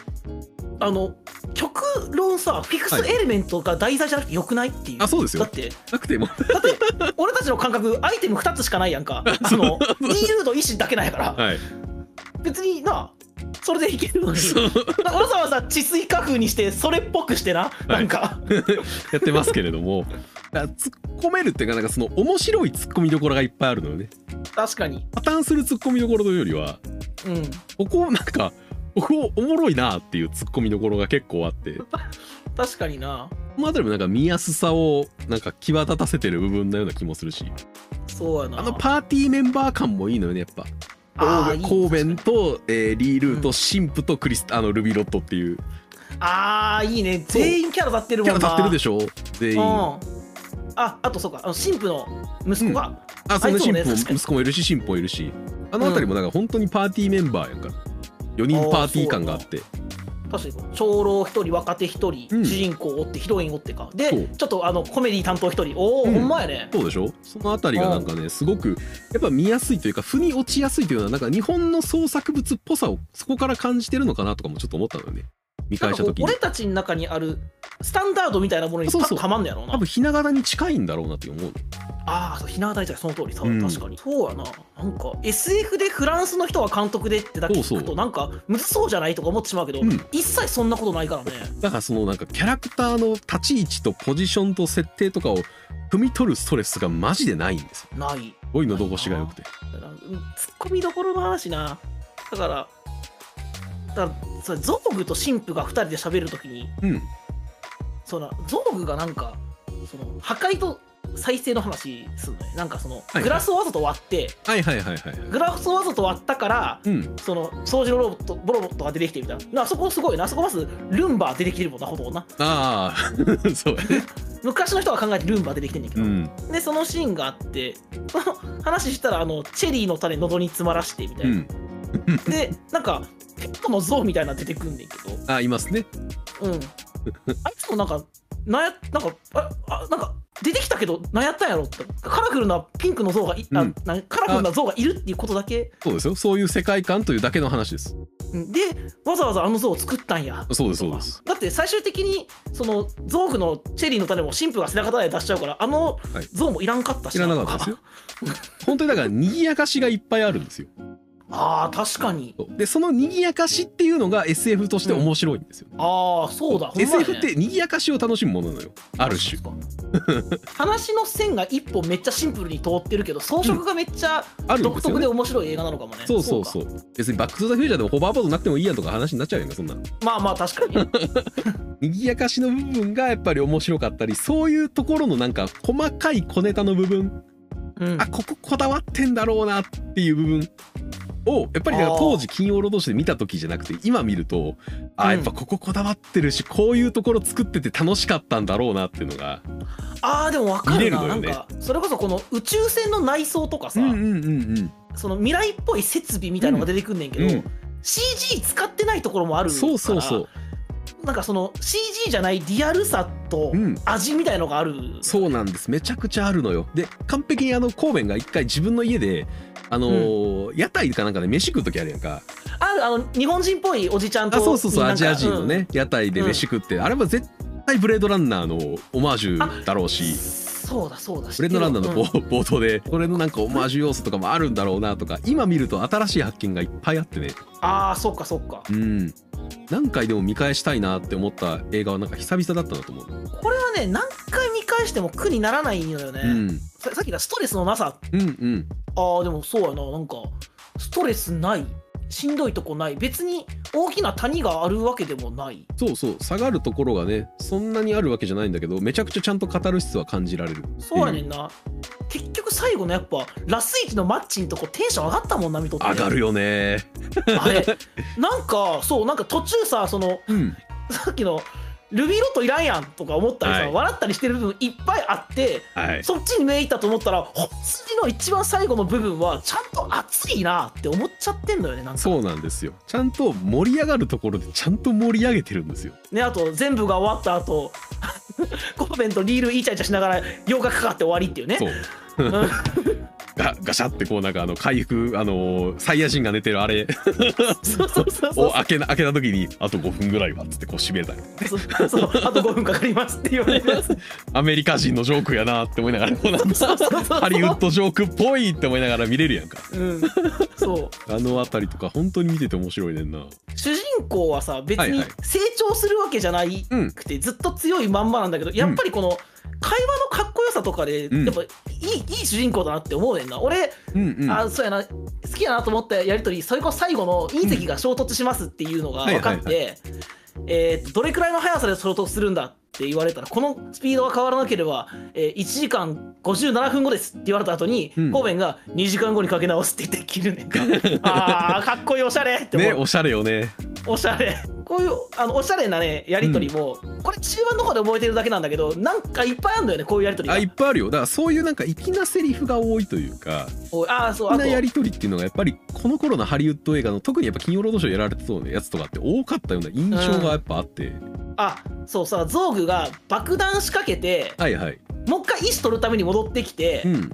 Speaker 2: あの極論さフィクスエレメントが題材じゃなくてよくないっていう、
Speaker 1: あそうです
Speaker 2: だ
Speaker 1: よ
Speaker 2: っ。て
Speaker 1: なくて も
Speaker 2: だって俺たちの感覚アイテム2つしかない やんかあのイールド意志だけなんやから
Speaker 1: はい。
Speaker 2: 別になそれでいけるのに
Speaker 1: そう
Speaker 2: わざわざ治水化風にしてそれっぽくしてな、なんか
Speaker 1: やってますけれども、だから突っ込めるっていうかなんかその面白い突っ込みどころがいっぱいあるのよね。
Speaker 2: 確かに
Speaker 1: パターンする突っ込みどころというよりは、
Speaker 2: うん
Speaker 1: ここなんかここおもろいなっていう突っ込みどころが結構あって、こ
Speaker 2: 確かにな
Speaker 1: の辺りもなんか見やすさをなんか際立たせてる部分のような気もするし、
Speaker 2: そうやな
Speaker 1: あのパーティーメンバー感もいいのよねやっぱ。
Speaker 2: あーいい
Speaker 1: 神戸と、えーリールーと神父とクリス、あのルビロットっていう
Speaker 2: あーいいね全員キャラ立ってる
Speaker 1: キ
Speaker 2: も
Speaker 1: ャラ
Speaker 2: んな
Speaker 1: 立ってるでしょ全員あ
Speaker 2: うんああとそうかあの神父の息子が、
Speaker 1: その
Speaker 2: あいつも
Speaker 1: 神
Speaker 2: ね
Speaker 1: 父も
Speaker 2: 確かに
Speaker 1: 息子もいるし神父もいるしあの辺りもなんか本当にパーティーメンバーやんから4人パーティー感があって
Speaker 2: 確かに長老一人若手一人、
Speaker 1: うん
Speaker 2: 主人公おってヒロインおってか
Speaker 1: そ
Speaker 2: で
Speaker 1: う
Speaker 2: ちょっとあのコメディ担当一人おお、
Speaker 1: うん
Speaker 2: ほんまやね
Speaker 1: そうでしょその辺りがなんかねすごくやっぱ見やすいというか腑に落ちやすいというのはなんか日本の創作物っぽさをそこから感じてるのかなとかもちょっと思ったのよね見
Speaker 2: な
Speaker 1: 返
Speaker 2: んか
Speaker 1: した
Speaker 2: こう
Speaker 1: 時に
Speaker 2: 俺たちの中にあるスタンダードみたいなものにパ
Speaker 1: そう
Speaker 2: ッ
Speaker 1: そ
Speaker 2: と
Speaker 1: う
Speaker 2: はまんのやろうな
Speaker 1: 多分ひな形に近いんだろうなって思う
Speaker 2: ああそうひな壇大祭その通りさ、
Speaker 1: うん
Speaker 2: 確かにそうやななんか SF でフランスの人が監督でってだけ聞くと
Speaker 1: そうそう
Speaker 2: なんかむずそうじゃないとか思ってしまうけど、
Speaker 1: うん
Speaker 2: 一切そんなことないからね
Speaker 1: だからそのなんかキャラクターの立ち位置とポジションと設定とかを汲み取るストレスがマジでないんですよ。
Speaker 2: ない
Speaker 1: すごい喉越しが良くて。
Speaker 2: だからうんツッコミどころの話なだからだからそれゾーグと神父が2人で喋るときに
Speaker 1: うん。
Speaker 2: そのゾーグがなんかその破壊と再生の話するのねなんかその
Speaker 1: はい
Speaker 2: グラスをわざと割って、
Speaker 1: はいはいはいはい。
Speaker 2: グラスをわざと割ったから
Speaker 1: うん。
Speaker 2: その掃除のロボットボロボットが出てきてみたいなあそこすごいなあそこまずルンバ出てきてるもんなほとんどな
Speaker 1: ああ、そうやね。
Speaker 2: 昔の人が考えてルンバ出てきてんねんけ
Speaker 1: う
Speaker 2: ど、
Speaker 1: ん
Speaker 2: でそのシーンがあって その話したらあのチェリーの種喉に詰まらしてみた
Speaker 1: う
Speaker 2: いな、
Speaker 1: ん
Speaker 2: でなんかペットの像みたいなの出てくんねんけど
Speaker 1: あいますね
Speaker 2: うんあいつもなんかなんやなんかああなんか出てきたけどなんやったんやろってカラフルなピンクの像がい、あ
Speaker 1: うん
Speaker 2: なんカラフルな像がいるっていうことだけ
Speaker 1: そうですよそういう世界観というだけの話です
Speaker 2: うんでわざわざあの像を作ったんや
Speaker 1: そうですそうです
Speaker 2: だって最終的にその臓具のチェリーの種も神父が背中で出しちゃうからあの
Speaker 1: はい
Speaker 2: 像もいらんかったし
Speaker 1: 知らなかったですよ本当にだから賑やかしがいっぱいあるんですよ
Speaker 2: あー確かに
Speaker 1: でその賑やかしっていうのが SF として面白いんですよね、
Speaker 2: ああそうだほんまやね
Speaker 1: SF って賑やかしを楽しむものなのよある種
Speaker 2: そうそうそう話の線が一本めっちゃシンプルに通ってるけど装飾がめっちゃ
Speaker 1: あるんで
Speaker 2: 独
Speaker 1: すよ
Speaker 2: 特
Speaker 1: ね
Speaker 2: で面白い映画なのかもね
Speaker 1: そうそうそうう別にバック・トゥ・ザ・フューチャーでもホバーボードなくてもいいやんとか話になっちゃうよねそんな
Speaker 2: かまあまあ確かに
Speaker 1: 賑やかしの部分がやっぱり面白かったりそういうところのなんか細かい小ネタの部分
Speaker 2: うん
Speaker 1: あこここだわってんだろうなっていう部分をやっぱりだから
Speaker 2: あー
Speaker 1: 当時金曜ロードショーで見た時じゃなくて今見るとあ
Speaker 2: うん
Speaker 1: やっぱこここだわってるしこういうところ作ってて楽しかったんだろうなっていうのが
Speaker 2: あーでも分かるな
Speaker 1: 見れるの
Speaker 2: な
Speaker 1: よ
Speaker 2: ん
Speaker 1: ね
Speaker 2: かそれこそこの宇宙船の内装とかさ、
Speaker 1: うんうん
Speaker 2: その未来っぽい設備みたいのが出てくんねんけど、
Speaker 1: うん
Speaker 2: CG 使ってないところもあるから
Speaker 1: そうそうそう
Speaker 2: なんかその CG じゃないリアルさと
Speaker 1: うん
Speaker 2: 味みたいのがある、
Speaker 1: そうなんですめちゃくちゃあるのよで完璧にあの神戸が一回自分の家であのー屋台かなんかで飯食う時あるやんか
Speaker 2: あるあの日本人っぽいおじちゃんと
Speaker 1: あそうそうそう
Speaker 2: なんか
Speaker 1: アジア人のね、屋台で飯食って、あれは絶対ブレードランナーのオマージュだろう
Speaker 2: うん
Speaker 1: し
Speaker 2: そうだそうだ
Speaker 1: ブレードランナーの
Speaker 2: うん
Speaker 1: 冒,、 冒頭でこれのなんかオマージュ要素とかもあるんだろうなとか今見ると新しい発見がいっぱいあってね
Speaker 2: ああそっかそっか
Speaker 1: うん何回でも見返したいなって思った映画はなんか久々だったなと思う、
Speaker 2: これはね何回見返しても苦にならないのよね、
Speaker 1: うん、
Speaker 2: ささっきだストレスのなさ
Speaker 1: うんうん
Speaker 2: ああでもそうやななんかストレスないしんどいとこない別に大きな谷があるわけでもない
Speaker 1: そうそう下がるところがねそんなにあるわけじゃないんだけどめちゃくちゃちゃんと語る質は感じられる
Speaker 2: そうやねんな、結局最後のやっぱラスイチのマッチんとこテンション上がったもんなみとって
Speaker 1: 上がるよね
Speaker 2: あれなんかそうなんか途中さその
Speaker 1: うん
Speaker 2: さっきのルビーロットいらんやんとか思ったりさ、
Speaker 1: はい
Speaker 2: 笑ったりしてる部分いっぱいあって
Speaker 1: はい
Speaker 2: そっちに目いったと思ったら本筋の一番最後の部分はちゃんと熱いなって思っちゃってんのよねなんか
Speaker 1: そうなんですよちゃんと盛り上がるところでちゃんと盛り上げてるんですよ
Speaker 2: ねあと全部が終わった後 コーベンとリールイチャイチャしながら洋楽かかって終わりっていうね
Speaker 1: そう
Speaker 2: うん
Speaker 1: ガガシャってこうなんかあの回復あのーサイヤ人が寝てるあれ
Speaker 2: そうそうそうそ
Speaker 1: を
Speaker 2: う
Speaker 1: 開けな開けた時にあと5分ぐらいはっつってこう締めたり
Speaker 2: そうそうあと5分かかりますって言われるやつ
Speaker 1: アメリカ人のジョークやなって思いながらこうなん
Speaker 2: そう
Speaker 1: か
Speaker 2: そうそうそう
Speaker 1: ハリウッドジョークっぽいって思いながら見れるやんか
Speaker 2: うんそう
Speaker 1: あの辺りとか本当に見てて面白いねんな
Speaker 2: 主人公はさ別
Speaker 1: はい
Speaker 2: に
Speaker 1: はい
Speaker 2: 成長するわけじゃない
Speaker 1: うん
Speaker 2: くて、ずっと強いまんまなんだけどやっぱりこの会話のかっこよさとかで、
Speaker 1: うん
Speaker 2: やっぱいいいい主人公だなって思うねんな俺、
Speaker 1: うんうん
Speaker 2: あそうやな好きやなと思ったやり取りそれこそ最後の隕石が衝突しますっていうのが分かって、
Speaker 1: はい
Speaker 2: えーとどれくらいの速さで衝突するんだって言われたらこのスピードが変わらなければ、えー1時間57分後ですって言われた後に、
Speaker 1: うん
Speaker 2: コーベンが2時間後にかけ直すって言って切るね んかあーかっこいいおしゃれって思う
Speaker 1: ねおしゃれよね
Speaker 2: おしゃれこういうあのおしゃれなねやり取りも、これ中盤の方で覚えてるだけなんだけどなんかいっぱいあるんだよねこういうやり取
Speaker 1: あい
Speaker 2: り
Speaker 1: っ
Speaker 2: が
Speaker 1: ぱいあるよだからそういうなんか粋なセリフが多いというか
Speaker 2: おああそう
Speaker 1: 粋
Speaker 2: あ
Speaker 1: なや
Speaker 2: と
Speaker 1: り取りっていうのがやっぱりこの頃のハリウッド映画の特にやっぱ金曜ロードショーやられてそうなやつとかって多かったような印象がやっぱあって、
Speaker 2: あそうさゾーグが爆弾仕掛けて
Speaker 1: はいはい
Speaker 2: もう一回石取るために戻ってきて
Speaker 1: う、ん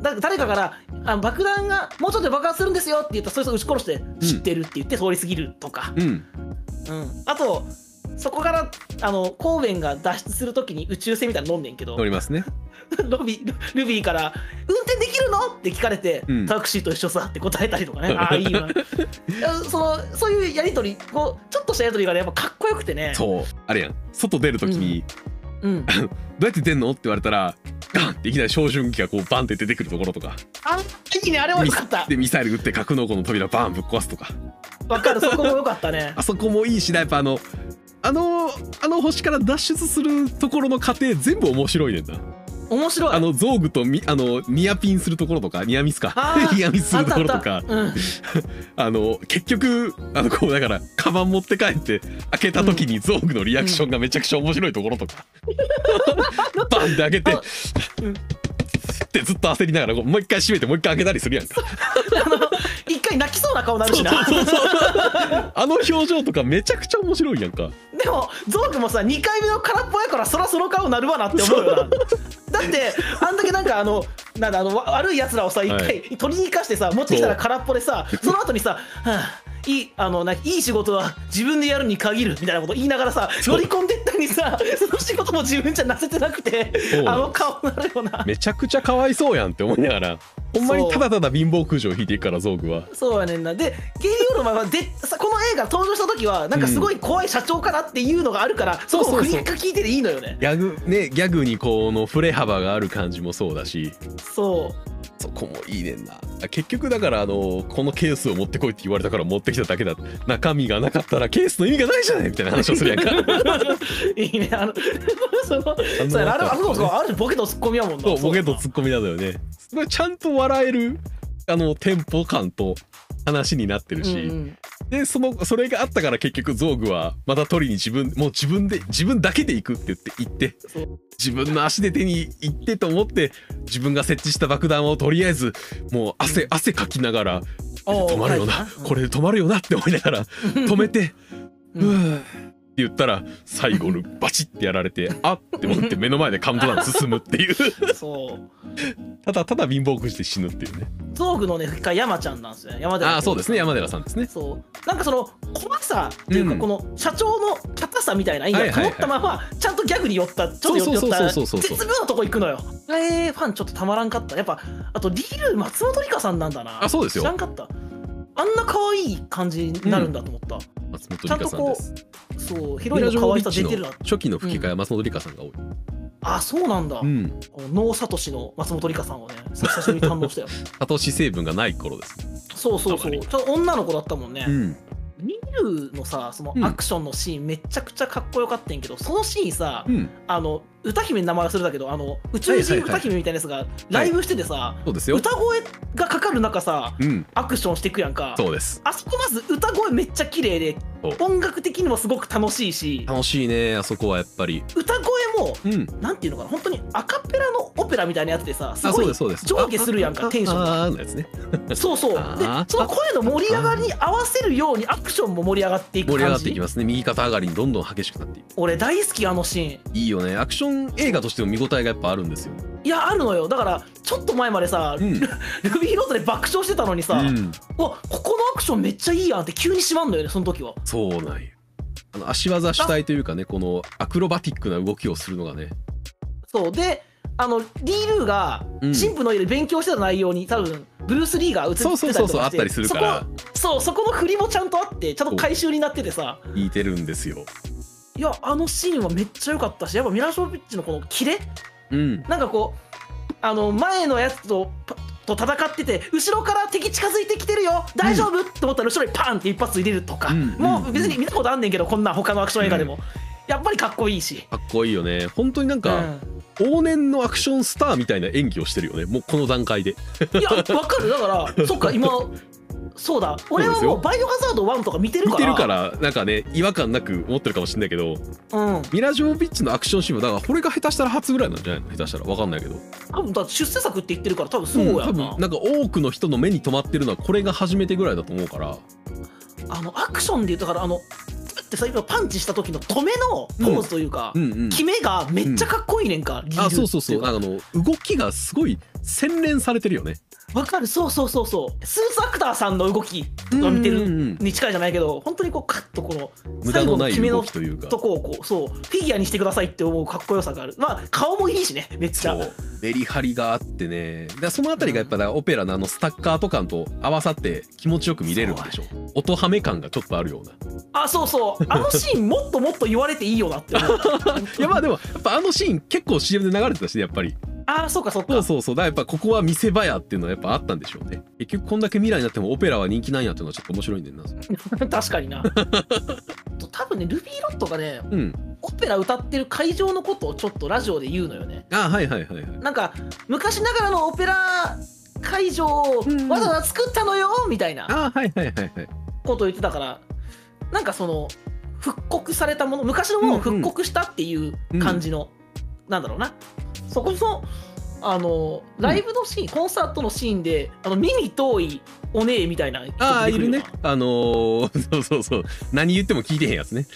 Speaker 2: だ誰かからあ爆弾がもうちょっとで爆発するんですよって言ったらそいつを撃ち殺して知ってるって言って通り過ぎるとか、
Speaker 1: うん
Speaker 2: うんあとそこからあのコーベンが脱出するときに宇宙船みたいなの飲んでんけど
Speaker 1: 乗りますね
Speaker 2: ロビルルビーから「運転できるの?」って聞かれて、
Speaker 1: うん
Speaker 2: タクシーと一緒さって答えたりとかねああいいわ いやそのそういうやり取りこうちょっとしたやり取りがねやっぱかっこよくてね
Speaker 1: そうあれやん外出る時に
Speaker 2: う、ん、
Speaker 1: どうやって出んのって言われたらガンっていきなり照準器がこうバンって出てくるところとか
Speaker 2: あいいねあれはよかった
Speaker 1: でミサイル撃って格納庫の扉バンぶっ壊すとか
Speaker 2: わかるそこもよかったね
Speaker 1: あそこもいいしなやっぱあのあのあの星から脱出するところの過程全部面白いねんな
Speaker 2: 面白い
Speaker 1: あのゾーグとみあのニアピンするところとかニアミスか
Speaker 2: あ ー
Speaker 1: ニアミスす
Speaker 2: あ
Speaker 1: る
Speaker 2: っ
Speaker 1: とこ
Speaker 2: たあっ
Speaker 1: ろと
Speaker 2: た
Speaker 1: か
Speaker 2: うん、
Speaker 1: あの結局あのこうだからカバン持って帰って開けた時にゾーグのリアクションがめちゃくちゃ面白いところと か、バンって開けて、
Speaker 2: あうん
Speaker 1: ってずっと焦りながらこうもう一回閉めてもう一回開けたりするやんか
Speaker 2: あの一回泣き そうな顔になるしな
Speaker 1: そうそうそうあの表情とかめちゃくちゃ面白いやんか
Speaker 2: でもゾウクもさ2回目の空っぽやからそらその顔なるわなって思うよなだってあんだけなんかあのなんだあのわ悪いやつらをさ一
Speaker 1: は
Speaker 2: 回取りに行かしてさ持ってきたら空っぽでさその後にさ「はあいいあのなんかいい仕事は自分でやるに限る」みたいなこと言いながらさ
Speaker 1: そう
Speaker 2: 乗り込んでったのにさその仕事も自分じゃなせてなくて
Speaker 1: そうな
Speaker 2: あ
Speaker 1: の
Speaker 2: の顔になるよな
Speaker 1: めちゃくちゃかわいそうやんって思いながらほんまにただただ貧乏空女を引いていくからゾーグは
Speaker 2: そうやねんなでゲイリオの前はでさこの映画登場した時はなんかすごい怖い社長かなっていうのがあるから、そこを振りか聞いてでいいのよね
Speaker 1: ギャグねギャグにこの振れ幅がある感じもそうだし
Speaker 2: そう
Speaker 1: そこもいいねんな結局だからあのこのケースを持ってこいって言われたから持ってきただけだ中身がなかったらケースの意味がないじゃないみたいな話をするや んか
Speaker 2: いいね、あの、 その、
Speaker 1: んな
Speaker 2: そうやなあ
Speaker 1: な
Speaker 2: れ、
Speaker 1: んか
Speaker 2: あれ、そうあれ、ボケとツッコミやもんな。
Speaker 1: そうボケ
Speaker 2: やな
Speaker 1: とツッコミなんだよねすごいちゃんと笑えるあのテンポ感と話になってるし、
Speaker 2: うんうん
Speaker 1: でそのそれがあったから結局ゾーグはまた取りに自分もう自分で自分だけで行くって言って行って
Speaker 2: そう
Speaker 1: 自分の足で手に行ってと思って自分が設置した爆弾をとりあえずもう汗汗かきながら
Speaker 2: おう
Speaker 1: 止まるよ
Speaker 2: は
Speaker 1: ないこれで止まるよなって思いながら止めて
Speaker 2: う
Speaker 1: うんーって言ったら最後のバチってやられてあっって思って目の前でカウントダウン進むっていう
Speaker 2: そう。
Speaker 1: ただただ貧乏くじで死ぬっていうね
Speaker 2: ゾーグのね、一回山ちゃんなんですよね。山寺。
Speaker 1: ああそうですね。山寺さんですね
Speaker 2: そう。なんかその、怖さっていうか、
Speaker 1: うん
Speaker 2: この社長の硬さみたいな意味
Speaker 1: はい
Speaker 2: が
Speaker 1: はいは
Speaker 2: こ
Speaker 1: い
Speaker 2: もったまま、ちゃんとギャグに寄った、ちょっと
Speaker 1: そう
Speaker 2: 寄
Speaker 1: そう
Speaker 2: った、
Speaker 1: そうそうそうそう
Speaker 2: 絶妙なとこ行くのよ。えー、ファンちょっとたまらんかった。やっぱ、あと、リール松本里香さんなんだな。
Speaker 1: あそうですよ
Speaker 2: 知らんかった。あんな可愛い感じになるんだと思った。
Speaker 1: 松本里香さんです
Speaker 2: そう、ヒロイ
Speaker 1: 平
Speaker 2: ンの
Speaker 1: 城
Speaker 2: 可
Speaker 1: リ
Speaker 2: 愛
Speaker 1: ッ
Speaker 2: さ
Speaker 1: チ
Speaker 2: 出てる
Speaker 1: の
Speaker 2: な。
Speaker 1: 初期の吹き替えは松本里香さんが多い、
Speaker 2: あ、そうなんだ。
Speaker 1: うん、
Speaker 2: ノーサトシの松本里香さんをね久しぶりに堪能したよ
Speaker 1: サトシ成分がない頃です、
Speaker 2: そうそう
Speaker 1: た
Speaker 2: そう
Speaker 1: まに
Speaker 2: ちょ女の子だったもんね、
Speaker 1: ん、
Speaker 2: ニルのさその
Speaker 1: うん
Speaker 2: アクションのシーンめちゃくちゃかっこよかったんやけど、そのシーンさ
Speaker 1: うん、
Speaker 2: あの歌姫の名前忘れたけどあの宇宙人歌姫みたいなやつがライブしててさ、
Speaker 1: そうですよ
Speaker 2: 歌声がかかる中さ
Speaker 1: うん
Speaker 2: アクションしていくやんか
Speaker 1: そうです
Speaker 2: あそこまず歌声めっちゃ綺麗で
Speaker 1: そう
Speaker 2: 音楽的にもすごく楽しいし
Speaker 1: 楽しいねあそこはやっぱり
Speaker 2: 歌声も
Speaker 1: うん
Speaker 2: なんていうのかな本当にアカペラのオペラみたいなやつでさす
Speaker 1: あ
Speaker 2: ご
Speaker 1: そう
Speaker 2: い
Speaker 1: ですそうです
Speaker 2: 上下するやんか
Speaker 1: あ
Speaker 2: テンションが
Speaker 1: ああのやつね
Speaker 2: そうそう
Speaker 1: あ
Speaker 2: で
Speaker 1: ー
Speaker 2: その声の盛り上がりに合わせるようにアクションも盛り上がっていく
Speaker 1: 盛り上
Speaker 2: 感
Speaker 1: がっていき
Speaker 2: じ
Speaker 1: ますね右肩上がりにどんどん激しくなっていく
Speaker 2: 俺大好きあのシーン
Speaker 1: いいよねアクション映画としても見応えがやっぱあるんですよ
Speaker 2: いやあるのよだからちょっと前までさ、
Speaker 1: うん
Speaker 2: ルルビーロードで爆笑してたのにさ、う
Speaker 1: うん
Speaker 2: わここのアクションめっちゃいいやんって急にしまんのよねその時は
Speaker 1: そうなんよあの足技主体というかねこのアクロバティックな動きをするのがね
Speaker 2: そうであのリールーが
Speaker 1: うん
Speaker 2: 神父の家で勉強してた内容に多分ブルース・リーが映ってた
Speaker 1: そ
Speaker 2: り
Speaker 1: うそう
Speaker 2: とか
Speaker 1: そうそうあっ
Speaker 2: して
Speaker 1: たりするから
Speaker 2: そこそうそこの振りもちゃんとあってちゃんと回収になっててさ
Speaker 1: 聞いてるんですよ
Speaker 2: いやあのシーンはめっちゃ良かったしやっぱミラショービッチのこのキレ
Speaker 1: うん
Speaker 2: なんかこうあの前のやつとパと戦ってて後ろから敵近づいてきてるよ大丈夫、と思ったら後ろにパンって一発入れるとか、
Speaker 1: うん
Speaker 2: も
Speaker 1: う
Speaker 2: うん別に見たことあんねんけどこんなん他のアクション映画でも、やっぱりかっこいいし。
Speaker 1: かっこいいよね本当になん
Speaker 2: うん、い
Speaker 1: か、往年のアクションスターみたいな演技をしてるよねもうこの段階で
Speaker 2: やわかるだからそっか今そうだ俺は
Speaker 1: そうです
Speaker 2: も
Speaker 1: よ
Speaker 2: う「バイオハザード1」とか見てる
Speaker 1: 見
Speaker 2: から
Speaker 1: てるからなんかね違和感なく思ってるかもしれないけど
Speaker 2: うん
Speaker 1: ミラ・ジョービッチのアクションシーンはだからこれが下手したら初ぐらいなんじゃないの下手したら分かんないけど
Speaker 2: 多分だって出世作って言ってるから多分そう
Speaker 1: 多
Speaker 2: やんな、
Speaker 1: 分なんか多くの人の目に留まってるのはこれが初めてぐらいだと思うから
Speaker 2: あのアクションで言うとだからあのプってさ今パンチした時の止めのポーズというか、
Speaker 1: うんうん
Speaker 2: 決めがめっちゃかっこいいねんか、リール
Speaker 1: あそうそうそう
Speaker 2: っていか
Speaker 1: なんかあの動きがすごい洗練されてるよね
Speaker 2: わかるそうそうそうそうスーツアクターさんの動きが見て
Speaker 1: うん
Speaker 2: る
Speaker 1: うんうん
Speaker 2: に近いじゃないけど本当にこうカッとこの
Speaker 1: 無駄のない
Speaker 2: 最
Speaker 1: 動
Speaker 2: 後の
Speaker 1: き
Speaker 2: 決
Speaker 1: というか
Speaker 2: とこをこうそうフィギュアにしてくださいって思うかっこよさがあるまあ顔もいいしねめっち
Speaker 1: そ
Speaker 2: ゃ
Speaker 1: うメリハリがあってねだそのあたりがやっぱだオペラのあのスタッカーと感と合わさって気持ちよく見れるんでしょ音はめ感がちょっとあるような
Speaker 2: あそ うそうあのシーンもっともっと言われていいよなって思う
Speaker 1: いやまあでもやっぱあのシーン結構 CM で流れてたしねやっぱり
Speaker 2: ああそうかそうか
Speaker 1: そうそうそうだからやっぱここは見せ場やっていうのはやっぱあったんでしょうね結局こんだけ未来になってもオペラは人気なんやっていうのはちょっと面白いんだよな
Speaker 2: 確かにな多分ねルビーロットがね
Speaker 1: うん
Speaker 2: オペラ歌ってる会場のことをちょっとラジオで言うのよね
Speaker 1: あはいはいはいはい
Speaker 2: なんか昔ながらのオペラ会場を
Speaker 1: うん
Speaker 2: わざわざ作ったのよみたいな
Speaker 1: あはいはいはいはい
Speaker 2: ことを言ってたからなんかその復刻されたもの昔のものを復刻したっていう感じの、なんだろうなそこのあのライブのシーン、コンサートのシーンであの目に遠いお姉みたいな人
Speaker 1: ああ
Speaker 2: 出
Speaker 1: い
Speaker 2: てく
Speaker 1: る
Speaker 2: よ
Speaker 1: ねあのー そうそうそう何言っても聞いてへんやつね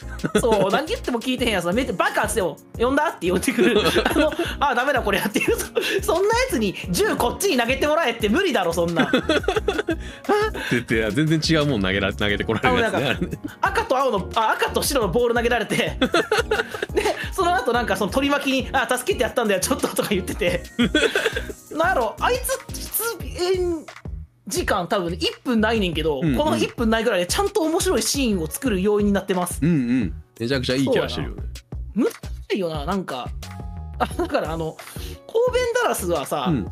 Speaker 2: そう、何言っても聞いてへんやつだ、目ってバカっつっても、呼んだって呼ん でくる、あの、あ、ダメだこれやっていう、そそんなやつに銃こっちに投げてもらえって無理だろ、そんな。
Speaker 1: って言って全然違うもん投げら投げてこられるやつねあれね
Speaker 2: 赤と青の、あ、赤と白のボール投げられて、で、その後なんかその取り巻きに、あ、助けてやったんだよ、ちょっととか言ってて、なんやろ、あいつ、出演時間多分1分ないねんけど、
Speaker 1: うんうん
Speaker 2: この1分ないぐらいでちゃんと面白いシーンを作る要因になってます。
Speaker 1: うんうんめちゃくちゃいいキャラしてるよね
Speaker 2: むずいよな、なんか。あだからあの神戸ダラスはさ、
Speaker 1: うん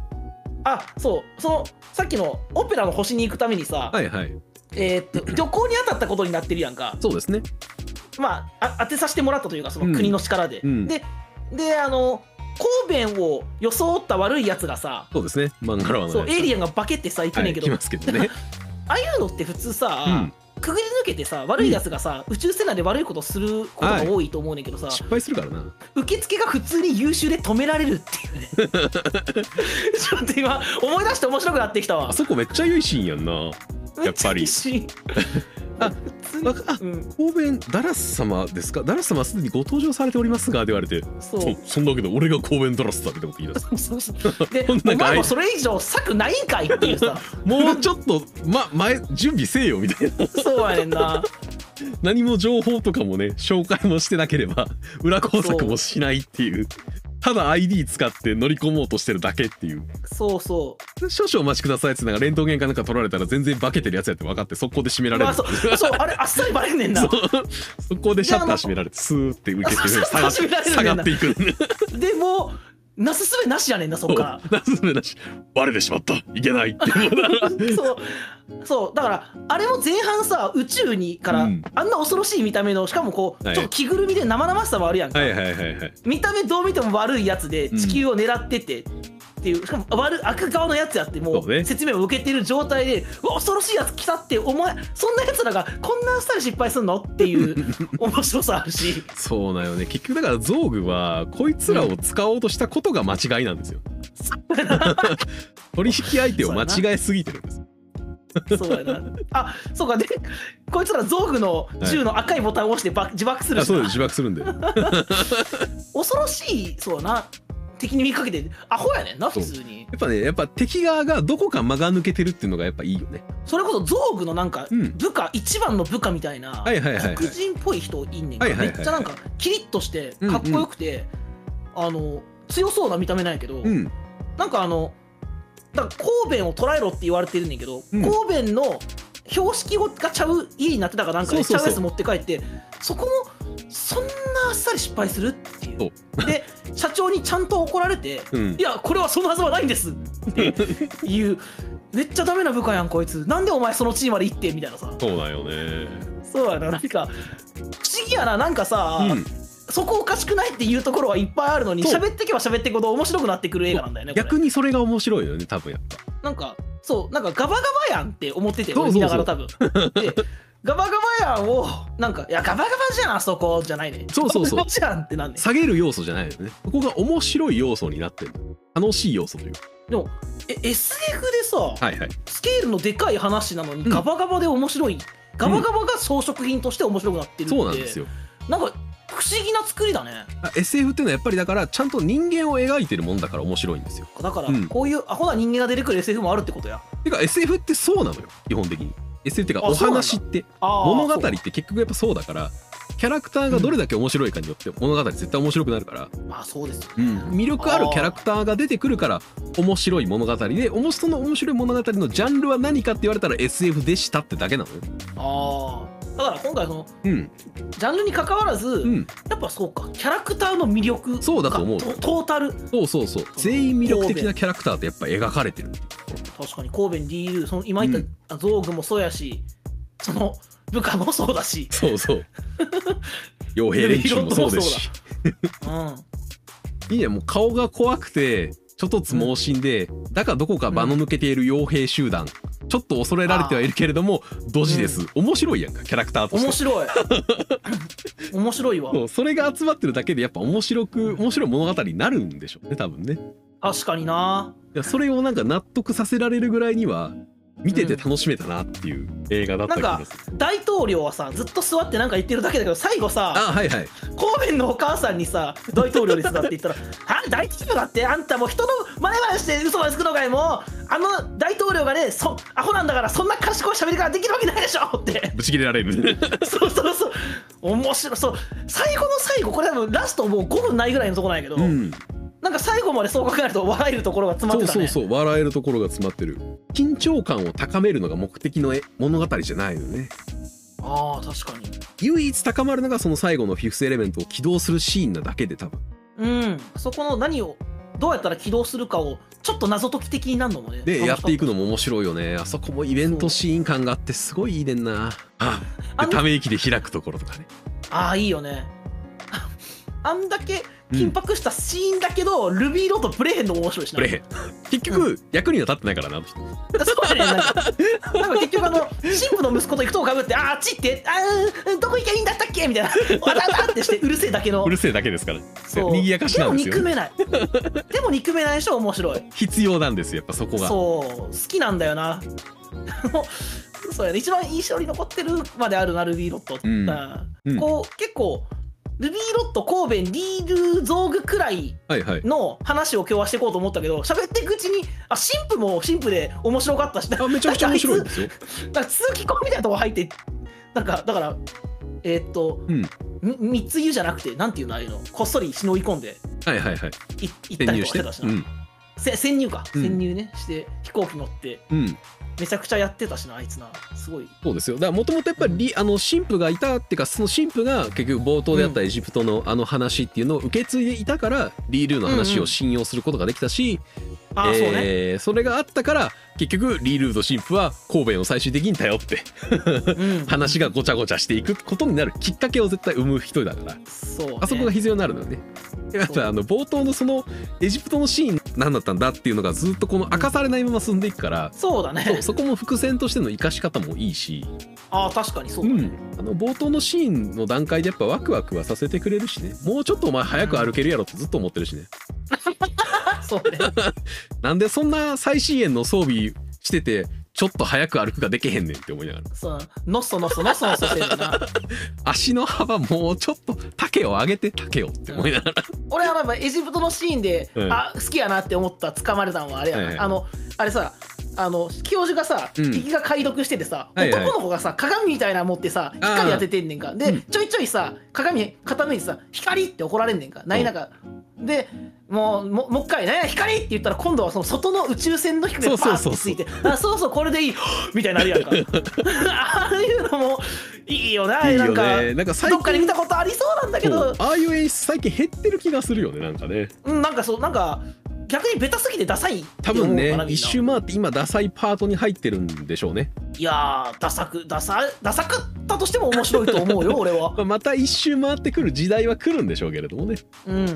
Speaker 2: あそうそのさっきのオペラの星に行くためにさ、
Speaker 1: はいはい
Speaker 2: えーっと旅行に当たったことになってるやんか
Speaker 1: そうですね
Speaker 2: まああ当てさせてもらったというかそうの
Speaker 1: ん
Speaker 2: 国の力で、
Speaker 1: うん
Speaker 2: でであの神戸を装った悪いやつがさ
Speaker 1: そうですね漫画ラワの
Speaker 2: そうエイリアンが化けてさ行くねん
Speaker 1: い、
Speaker 2: けど、
Speaker 1: 来ますけ どね
Speaker 2: ああいうのって普通さ、
Speaker 1: うん
Speaker 2: くぐり抜けてさ悪いやつがさ、宇宙船内で悪いことすることが多いと思うねんけどさ、
Speaker 1: 失敗するからな
Speaker 2: 受付が普通に優秀で止められるっていうね ちょっと今思い出して面白くなってきたわ
Speaker 1: あそこめっちゃ良いシーンやんなやっぱり
Speaker 2: めちゃ嬉しい
Speaker 1: あ
Speaker 2: 普通に
Speaker 1: わかあ
Speaker 2: うん、
Speaker 1: 神戸ダラス様ですかダラス様すでにご登場されておりますが」って言われて「
Speaker 2: そう
Speaker 1: そそんだけど俺が神戸ダラスだ」ってこと言い出す
Speaker 2: そうそうで
Speaker 1: こんな
Speaker 2: お前
Speaker 1: かい
Speaker 2: もそれ以上策ないんかいっていう さ
Speaker 1: もうちょっと、ま、前準備せえよみたいな
Speaker 2: そうやねんな
Speaker 1: 何も情報とかもね紹介もしてなければ 裏工作もしないっていうただ ID 使って乗り込もうとしてるだけっていう
Speaker 2: そうそ
Speaker 1: 少々お待ちくださいっつってなんかレントゲンかなんか取られたら全然化けてるやつやって分かって速攻で締め
Speaker 2: う
Speaker 1: られ
Speaker 2: ま
Speaker 1: る
Speaker 2: あそうそうあれあっさりバレんねんな
Speaker 1: そう速攻でシャッター閉められてスーって受けて
Speaker 2: あ
Speaker 1: 下がっ
Speaker 2: シャッター
Speaker 1: 下
Speaker 2: 閉められるんだ
Speaker 1: がっていく
Speaker 2: でもうなすすべなしやねんなそ っから
Speaker 1: なすすめだしバレてしまったいけないって 思うな
Speaker 2: そうそうだからあれも前半さ宇宙にから、
Speaker 1: うん
Speaker 2: あんな恐ろしい見た目のしかもこう、
Speaker 1: はい
Speaker 2: ちょっと着ぐるみで生々しさもあるやんか、
Speaker 1: はいはいはいはい。
Speaker 2: 見た目どう見ても悪いやつで
Speaker 1: うん
Speaker 2: 地球を狙ってて、っていうしかも悪悪側のやつやっても
Speaker 1: そう
Speaker 2: う
Speaker 1: ね
Speaker 2: 説明を受けてる状態で、うわ恐ろしいやつ来たってお前そんなやつらがこんなあっさり失敗すんのって いう面白さあるし
Speaker 1: そうなよね。結局だからゾーグはこいつらを使おうとしたことが間違いなんですよ。取引相手を間違えすぎてるんです。
Speaker 2: そうやなあそうかでこいつら造具の銃の赤いボタンを押してば自爆する
Speaker 1: あ、
Speaker 2: し
Speaker 1: そう
Speaker 2: な
Speaker 1: です。自爆するんで。
Speaker 2: 恐ろしいそうやな敵に見かけてアホやねんな普通に
Speaker 1: やっぱね、やっぱ敵側がどこか間が抜けてるっていうのがやっぱいいよね。
Speaker 2: それこそ造具のなんか
Speaker 1: うん
Speaker 2: 部下、一番の部下みたいな
Speaker 1: はいはいはいはい
Speaker 2: 黒人っぽい人いんねんか、
Speaker 1: はいはいはいはい
Speaker 2: めっちゃなんかキリッとしてかっこよくて、あの強そうな見た目なんやけど、
Speaker 1: うん。
Speaker 2: なんかあのだから神戸を捉えろって言われてるねんけど、
Speaker 1: うん
Speaker 2: 神戸の標識がちゃう家になってたからなんか
Speaker 1: そ
Speaker 2: で
Speaker 1: う
Speaker 2: ち
Speaker 1: そう
Speaker 2: ゃ
Speaker 1: そう
Speaker 2: うやつ持って帰ってそこもそんなあっさり失敗するっていう で社長にちゃんと怒られて
Speaker 1: うん
Speaker 2: い。やこれはそのはずはないんです っていうめっちゃダメな部下やんこいつなんでお前その地位まで行ってみたいなさ
Speaker 1: そうだよね。
Speaker 2: そうやななんか不思議やななんかさ、
Speaker 1: うん。
Speaker 2: そこおかしくないっていうところはいっぱいあるのに
Speaker 1: そう
Speaker 2: 喋ってけば喋っていくほど面白くなってくる映画なんだよねこれ
Speaker 1: 逆にそれが面白いよね。多分やっぱ。
Speaker 2: なんかそうなんかガバガバやんって思ってて
Speaker 1: そう
Speaker 2: 俺
Speaker 1: そ
Speaker 2: 見
Speaker 1: う
Speaker 2: な
Speaker 1: そ
Speaker 2: が
Speaker 1: う
Speaker 2: ら多分でガバガバやんをなんかいやガバガバじゃんあそこじゃないね
Speaker 1: そうそうそう
Speaker 2: ガバガバじゃんってなんねん
Speaker 1: 下げる要素じゃないよね。ここが面白い要素になってる。楽しい要素というか。
Speaker 2: でもえ SF でさ、
Speaker 1: はいはい。
Speaker 2: スケールのでかい話なのに
Speaker 1: うん
Speaker 2: ガバガバで面白い、ガバガバが装飾品として面白くなってるって
Speaker 1: そうなんですよ。
Speaker 2: なんか不思議な作りだね
Speaker 1: あ SF っていうのはやっぱりだからちゃんと人間を描いてるもんだから面白いんですよ。
Speaker 2: だから
Speaker 1: うん
Speaker 2: こういうアホな人間が出てくる SF もあるってことや
Speaker 1: てか SF ってそうなのよ基本的に SF っていうか
Speaker 2: あ
Speaker 1: お
Speaker 2: そうなんだ
Speaker 1: 話って
Speaker 2: あー
Speaker 1: 物語っ
Speaker 2: そう
Speaker 1: て結局やっぱそうだからキャラクターがどれだけ面白いかによって物語絶対面白くなるから、
Speaker 2: まあそうですよ
Speaker 1: 魅力あるキャラクターが出てくるから面白い物語でおもその面白い物語のジャンルは何かって言われたら SF でしたってだけなのよ
Speaker 2: ああだから今回その
Speaker 1: うん
Speaker 2: ジャンルに関わらず、
Speaker 1: うん
Speaker 2: やっぱそうかキャラクターの魅力が
Speaker 1: そうだと思う
Speaker 2: トトータル
Speaker 1: そうそうそう全員魅力的なキャラクターってやっぱ描かれてる
Speaker 2: 確かに神戸に DU その今言った造具もそうやし、その部下もそうだし、
Speaker 1: そうそう 傭兵練習もそうですし
Speaker 2: うん、
Speaker 1: いいねもう顔が怖くてちょっとつ猛進で、だがどこか場の抜けている傭兵集団、ちょっと恐れられてはいるけれどもドジです、面白いやんかキャラクターとして
Speaker 2: 面白い面白いわ
Speaker 1: そうそれが集まってるだけでやっぱ面白く面白い物語になるんでしょうね多分ね
Speaker 2: 確かにない
Speaker 1: やそれをなんか納得させられるぐらいには見てて楽しめたなっていう映画だった気がする、
Speaker 2: 大統領はさずっと座ってなんか言ってるだけだけど最後さ
Speaker 1: あはいはい
Speaker 2: 神戸のお母さんにさ大統領ですだって言っ たら「あ大統領だってあんたもう人の前々して嘘までつくのかいもうあの大統領がねそアホなんだからそんな賢い喋り方できるわけないでしょ」って
Speaker 1: ぶち切れられる
Speaker 2: そうそうそう面白いそう最後の最後これ多分ラストもう5分ないぐらいのとこなんやけど、
Speaker 1: う ん
Speaker 2: なんか最後までそう考えると笑えるところが詰まってたね
Speaker 1: そうそうそう笑えるところが詰まってる緊張感を高めるのが目的の絵物語じゃないのね
Speaker 2: あー確かに
Speaker 1: 唯一高まるのがその最後のフィフスエレメントを起動するシーンなだけで多分
Speaker 2: うんそこの何をどうやったら起動するかをちょっと謎解き的になるのもね
Speaker 1: でやってい
Speaker 2: く
Speaker 1: くのも面白いよねあそこもイベントシーン感があってすごいいいねんなあで
Speaker 2: あの
Speaker 1: ため息で開くところとかね
Speaker 2: ああいいよね あんだけ緊迫したシーンだけど、ルビーロードプレへんのも面白いしな
Speaker 1: これ結局役には立ってないからなあの人
Speaker 2: そうやねなんかなんか結局あの神父の息子と行くとこかぶってああっち行ってあーうんどこ行きゃいいんだったっけみたいなわたわたってしてうるせえだけの
Speaker 1: うるせえだけですから
Speaker 2: そう
Speaker 1: にぎやかしなんですよ
Speaker 2: でも憎め ないでも憎めない人は面白い
Speaker 1: 必要なんですよやっぱそこが
Speaker 2: そう好きなんだよな あのそうやね一番印象に残ってるまであるなルビーロット、
Speaker 1: うんうん
Speaker 2: こう結構ルビーロット神戸リール造具くらい
Speaker 1: はいはい
Speaker 2: の話を今日はしていこうと思ったけど喋っていくうちにあ神父も神父で面白かったしな
Speaker 1: あめちゃくちゃ面白いですよ
Speaker 2: なんか通気口みたいなとこ入ってなんかだからえーっと、
Speaker 1: うん
Speaker 2: み密輸じゃなくてなんていうのああいうのこっそり忍び込んで
Speaker 1: はいはいはい
Speaker 2: い行った
Speaker 1: 潜
Speaker 2: り
Speaker 1: 入し
Speaker 2: とかしててたしな、
Speaker 1: うん
Speaker 2: せ潜入か、
Speaker 1: うん
Speaker 2: 潜入ねして飛行機乗って
Speaker 1: うん
Speaker 2: めちゃくちゃやってたしなあいつなすごい
Speaker 1: そうですよだからもともとやっぱりリあの神父がいたっていうかその神父が結局冒頭であったエジプトのあの話っていうのを受け継いでいたからリールーの話を信用することができたし、
Speaker 2: ああ、そうね、
Speaker 1: えーそれがあったから結局リールーと神父は神戸を最終的に頼って
Speaker 2: う ん、
Speaker 1: 話がごちゃごちゃしていくことになるきっかけを絶対生む人だから
Speaker 2: そう、ね、
Speaker 1: あそこが必要になるのよね。やっぱあの冒頭のそのエジプトのシーン何だったんだっていうのがずっとこの明かされないまま進んでいくから、
Speaker 2: そうだ
Speaker 1: そ
Speaker 2: ね
Speaker 1: うそこも伏線としての生かし方もいいし。
Speaker 2: ああ確かにそう
Speaker 1: う
Speaker 2: だね、
Speaker 1: ん、あの冒頭のシーンの段階でやっぱワクワクはさせてくれるしねもうちょっとお前早く歩けるやろってずっと思ってるしね
Speaker 2: そうね
Speaker 1: なんでそんな最新鋭の装備しててちょっと早く歩くができへんねんって思いながら
Speaker 2: そうのっそのっそのっそのっそしてるな
Speaker 1: 足の幅もうちょっと丈を上げて丈をって思いながら、
Speaker 2: 俺はやっぱエジプトのシーンで、
Speaker 1: うん
Speaker 2: あ好きやなって思った掴まれたのはあれやな、
Speaker 1: はいはい
Speaker 2: あのあれさあの教授がさ、
Speaker 1: うん
Speaker 2: 敵が解読しててさ、
Speaker 1: はいはい
Speaker 2: 男の子がさ鏡みたいなの持ってさ
Speaker 1: あー
Speaker 2: 光当ててんねんかで、
Speaker 1: うん
Speaker 2: ちょいちょいさ鏡傾いてさ「光!」って怒られんねんかないなんか、でもうももう一回「ね光!」って言ったら今度はその外の宇宙船の光がバーってついて「あそうそうこれでいい」 みたいになるやん かああいうのもいいよななんか
Speaker 1: なんか最
Speaker 2: どっかで見
Speaker 1: 近
Speaker 2: たことありそうなんだけ
Speaker 1: そ
Speaker 2: ど
Speaker 1: うああいう演出最近減ってる気がするよねなんかね
Speaker 2: うん、なんかそうなんか逆にベタすぎてダサいって
Speaker 1: 多
Speaker 2: 思う
Speaker 1: 分
Speaker 2: のかな
Speaker 1: ね
Speaker 2: みんな
Speaker 1: 一周回って今ダサいパートに入ってるんでしょうね
Speaker 2: いやーダサくダサダサかったとしても面白いと 思うよ俺は
Speaker 1: まあまた一周回ってくる時代は来るんでしょうけれどもね
Speaker 2: うん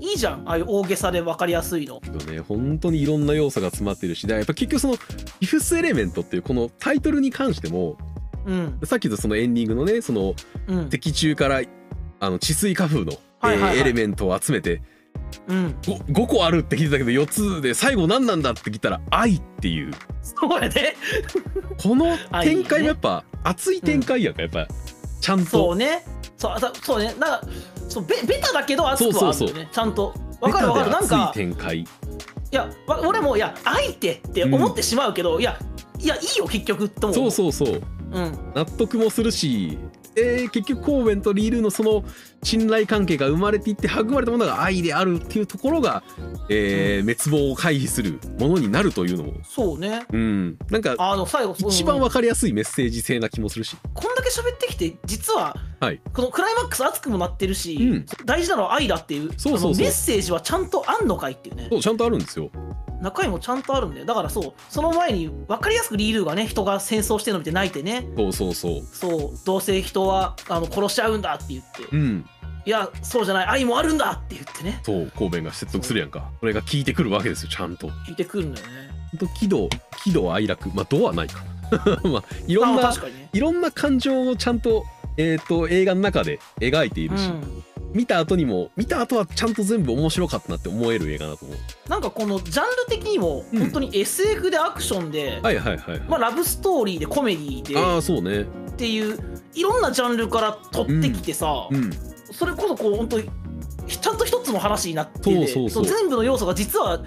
Speaker 2: いいじゃんああいう大げさで分かりやすいの
Speaker 1: よね本当にいろんな要素が詰まってるしだからやっぱ結局その「イフスエレメント」っていうこのタイトルに関しても
Speaker 2: うん
Speaker 1: さっきのそのエンディングのねその
Speaker 2: うん
Speaker 1: 敵中からあの治水花風の、
Speaker 2: はいはいは
Speaker 1: え
Speaker 2: い
Speaker 1: ーエレメントを集めて
Speaker 2: うん
Speaker 1: ご 5, 個あるって聞いてたけど4つで最後何なんだって聞いたら「愛」っていう
Speaker 2: そうや ね
Speaker 1: この
Speaker 2: 愛ね
Speaker 1: 展開もやっぱ熱い展開やんかやっぱちゃん
Speaker 2: そう
Speaker 1: と
Speaker 2: ねそうあそうねなんかそうベベタだけど熱くはあるよね
Speaker 1: そうそうそ
Speaker 2: ちゃんと分かる分かるなん
Speaker 1: ベタで
Speaker 2: か
Speaker 1: 熱い展開
Speaker 2: いやわ俺もいや相手って思ってしまうけど、いやいやいいよ結局とも
Speaker 1: そうそうそう
Speaker 2: うん
Speaker 1: 納得もするしで結局コーベンとリールのその信頼関係が生まれていって育まれたものが愛であるっていうところが、えー滅亡を回避するものになるというのも、
Speaker 2: そうね
Speaker 1: うん、なんか
Speaker 2: あの最後
Speaker 1: 一番
Speaker 2: は
Speaker 1: わかりやすいメッセージ性な気もするし、
Speaker 2: こんだけ喋ってきて実は、
Speaker 1: はい
Speaker 2: このクライマックス熱くもなってるし、
Speaker 1: うん
Speaker 2: 大事なのは愛だっていう
Speaker 1: そうそうそう
Speaker 2: あのメッセージはちゃんとあんのかいっていうね
Speaker 1: そうちゃんとあるんですよ。
Speaker 2: 中身もちゃんとあるんだよだからそうその前に分かりやすくリールがね人が戦争してるの見て泣いてね
Speaker 1: そうそうそう。
Speaker 2: そうどうせ人はあの殺しちゃうんだって言って、
Speaker 1: うん、
Speaker 2: いやそうじゃない愛もあるんだって言ってね
Speaker 1: そう、神戸が説得するやんか。それが効いてくるわけですよ、ちゃんと。ほ
Speaker 2: 聞いてくるんだよね
Speaker 1: んと喜怒、喜怒哀楽、まあ、度はないか。 まあ、いろん
Speaker 2: あま
Speaker 1: な
Speaker 2: あ、確かにね
Speaker 1: いろんな感情をちゃんと、えっ、と、映画の中で描いているし、
Speaker 2: うん
Speaker 1: 見た後にも、見た後はちゃんと全部面白かったなって思える映画だと思う。
Speaker 2: なんかこのジャンル的にも
Speaker 1: うん
Speaker 2: 本当に SF でアクションで、
Speaker 1: はいはいはい。
Speaker 2: まあ、ラブストーリーでコメディで
Speaker 1: ああ、そうね。
Speaker 2: っていういろんなジャンルから取ってきてさ、
Speaker 1: うん。
Speaker 2: それこそこう本当にちゃんと一つの話になってて
Speaker 1: そうそうそう
Speaker 2: の全部の要素が実は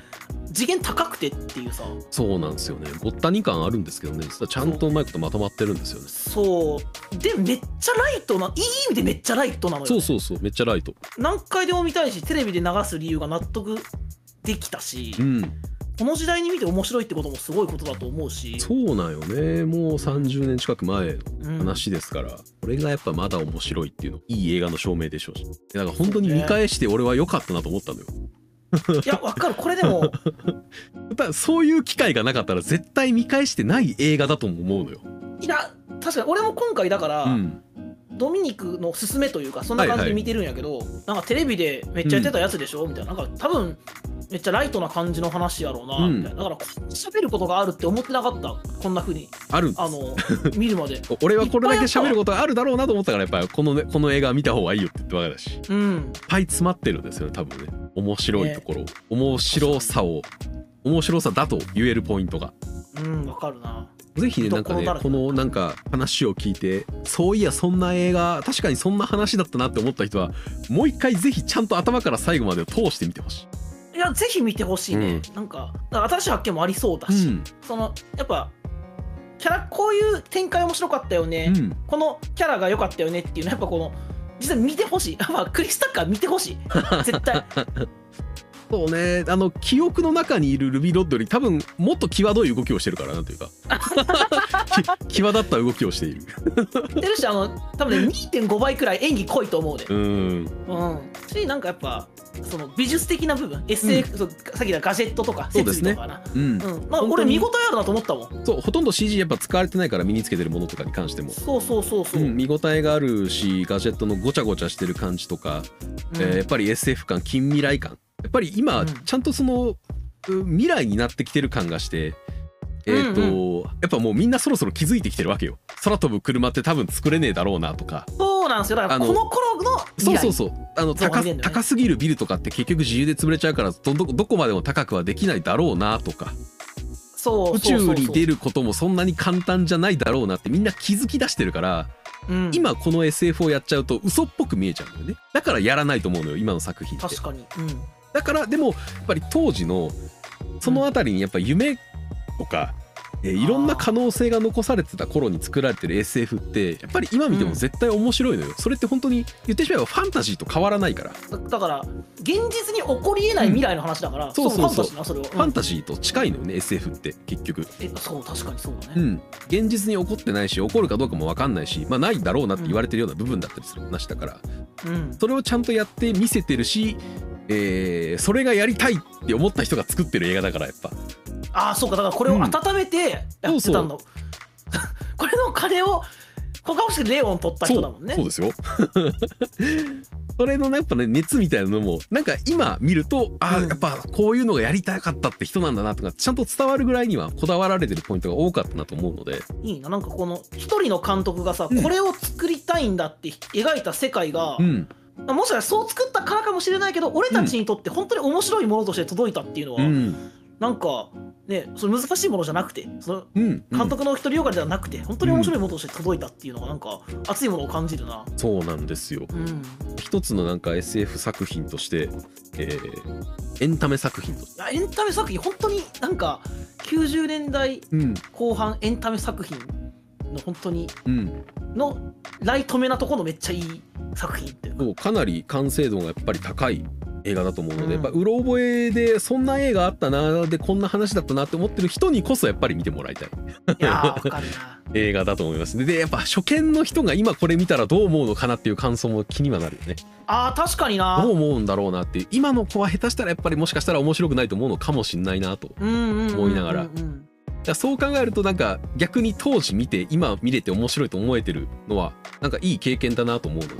Speaker 2: 次元高くてっていうさ
Speaker 1: そうなんですよね。ごったに感あるんですけどね、実はちゃんとうまいことまとまってるんですよね。
Speaker 2: そうでめっちゃライトないい意味でめっちゃライトなの
Speaker 1: そ
Speaker 2: よ
Speaker 1: うそうそう、めっちゃライト。
Speaker 2: 何回でも見たいしテレビで流す理由が納得できたし、
Speaker 1: うん。
Speaker 2: この時代に見て面白いってこともすごいことだと思うし
Speaker 1: そうなんよね。もう30年近く前
Speaker 2: うん
Speaker 1: 話ですから、これがやっぱまだ面白いっていうのいい映画の証明でしょうしだから本当に見返して俺は良かったなと思ったのよ
Speaker 2: いやわかるこれで も
Speaker 1: やっぱそういう機会がなかったら絶対見返してない映画だとも思うのよ
Speaker 2: いや確かに俺も今回だから、
Speaker 1: うん
Speaker 2: ドミニクの勧めというかそんな感じで見てるんやけど、なんかテレビでめっちゃやってたやつでしょ、みたいななんか多分めっちゃライトな感じの話やろうな、
Speaker 1: うん
Speaker 2: みたいなだからこんな喋ることがあるって思ってなかったこんな風に
Speaker 1: あるんです
Speaker 2: あの見るまで
Speaker 1: 俺はこれだけ喋ることがあるだろうなと思ったからやっぱこの,、ね、この映画は見た方がいいよって言ってわけだしいっ
Speaker 2: うん
Speaker 1: ぱい詰まってるんですよね多分ね面白いところ、面白さを面白さだと言えるポイントが
Speaker 2: うんわかるな
Speaker 1: ぜひねなんかね
Speaker 2: 見どころだらけ
Speaker 1: このなんか話を聞いてそういやそんな映画確かにそんな話だったなって思った人はもう一回ぜひちゃんと頭から最後までを通してみてほし
Speaker 2: いやぜひ見てほしいね、なんかだから新しい発見もありそうだし、
Speaker 1: い。うん
Speaker 2: そのやっぱキャラこういう展開面白かったよね、
Speaker 1: うん、
Speaker 2: このキャラが良かったよねっていうのはやっぱこの実は見てほしい まあクリスタッカー見てほしい絶対
Speaker 1: そうねあの記憶の中にいるルビー・ロッドより多分もっと際どい動きをしてるからなんという か き際立った動きをしている
Speaker 2: 言ってるしあの多分ね2.5倍くらい演技濃いと思うで
Speaker 1: うん
Speaker 2: うんしなんかやっぱその美術的な部分 SF、そうさっきのガジェットとか
Speaker 1: そう
Speaker 2: 設
Speaker 1: ですね
Speaker 2: 備とかな
Speaker 1: うん
Speaker 2: う、んまあ
Speaker 1: 本当
Speaker 2: 俺
Speaker 1: に
Speaker 2: 見応えあるなと思ったもん
Speaker 1: そうほとんど CG やっぱ使われてないから身につけてるものとかに関しても、
Speaker 2: そうそうそうそうう、
Speaker 1: ん、見応えがあるしガジェットのごちゃごちゃしてる感じとか
Speaker 2: うん
Speaker 1: えーやっぱり SF 感近未来感やっぱり今、
Speaker 2: うん
Speaker 1: ちゃんとそのう未来になってきてる感がしてえっ、と、やっぱもうみんなそろそろ気づいてきてるわけよ空飛ぶ車って多分作れねえだろうなとか
Speaker 2: そうなんですよだから
Speaker 1: あの
Speaker 2: この頃の未
Speaker 1: そう
Speaker 2: 来
Speaker 1: そうそうあの
Speaker 2: そう
Speaker 1: 高
Speaker 2: 見れるんだね
Speaker 1: 高すぎるビルとかって結局自由で潰れちゃうからどどどこまでも高くはできないだろうなとか
Speaker 2: そう
Speaker 1: 宇宙に出
Speaker 2: る、
Speaker 1: ることもそんなに簡単じゃないだろうなってみんな気づき出してるから、
Speaker 2: うん
Speaker 1: 今この SF をやっちゃうと嘘っぽく見えちゃうんだよねだからやらないと思うのよ今の作品って。
Speaker 2: 確かに、うん、
Speaker 1: だからでもやっぱり当時のその辺りにやっぱ夢とか、えーいろんな可能性が残されてた頃に作られてる SF ってやっぱり今見ても絶対面白いのよ、それって本当に言ってしまえばファンタジーと変わらないから、
Speaker 2: だだから現実に起こりえない未来の話だから、
Speaker 1: そうそうそう
Speaker 2: ファンタジーなそれは、う
Speaker 1: フ
Speaker 2: ん
Speaker 1: ァンタジーと近いのよね SF って結局
Speaker 2: えそう確かにそうだ
Speaker 1: う
Speaker 2: ね、
Speaker 1: ん現実に起こってないし起こるかどうかも分かんないしまあないだろうなって言われてるような部分だったりする話だから
Speaker 2: うん、
Speaker 1: それをちゃんとやって見せてるし、えーそれがやりたいって思った人が作ってる映画だからやっぱ
Speaker 2: ああそうかだからこれを
Speaker 1: うん
Speaker 2: 温めてやってたんだ、 これの金をこかもしくレオン取った人だもんね
Speaker 1: そうそうですよ それのねやっぱね熱みたいなのもなんか今見るとああ
Speaker 2: うん
Speaker 1: やっぱこういうのがやりたかったって人なんだなとかちゃんと伝わるぐらいにはこだわられてるポイントが多かったなと思うので
Speaker 2: いいななんかこの一人の監督がさ、
Speaker 1: うん
Speaker 2: これを作りたいんだって描いた世界が、
Speaker 1: うん
Speaker 2: もしかしたらそう作ったからかもしれないけど俺たちにとって本当に面白いものとして届いたっていうのは、
Speaker 1: うん
Speaker 2: なんかねその難しいものじゃなくてその
Speaker 1: うん
Speaker 2: 監督の一人よがりではなくて、本当に面白いものとして届いたっていうのがなんか熱いものを感じるな。
Speaker 1: そうなんですよ
Speaker 2: うん、
Speaker 1: 一つのなんか SF 作品として、えーエンタメ作品として
Speaker 2: いやエンタメ作品本当になんか90年代
Speaker 1: うん
Speaker 2: 後半エンタメ作品の本当に
Speaker 1: うん
Speaker 2: のライトめなところのめっちゃいい作 品っていうか
Speaker 1: こうかなり完成度がやっぱり高い映画だと思うので、
Speaker 2: うん
Speaker 1: やっぱうろ覚えでそんな映画あったなでこんな話だったなって思ってる人にこそやっぱり見てもらいたい
Speaker 2: いやーわかるな
Speaker 1: 映画だと思いますででやっぱ初見の人が今これ見たらどう思うのかなっていう感想も気にはなるよね
Speaker 2: あー確かに
Speaker 1: どう
Speaker 2: な
Speaker 1: 思うんだろうなっていう今の子は下手したらやっぱりもしかしたら面白くないと思うのかもしんないなとだか
Speaker 2: うんうんうんうんうん
Speaker 1: 思いながららそう考えるとなんか逆に当時見て今見れて面白いと思えてるのはなんかいい経験だなと思うので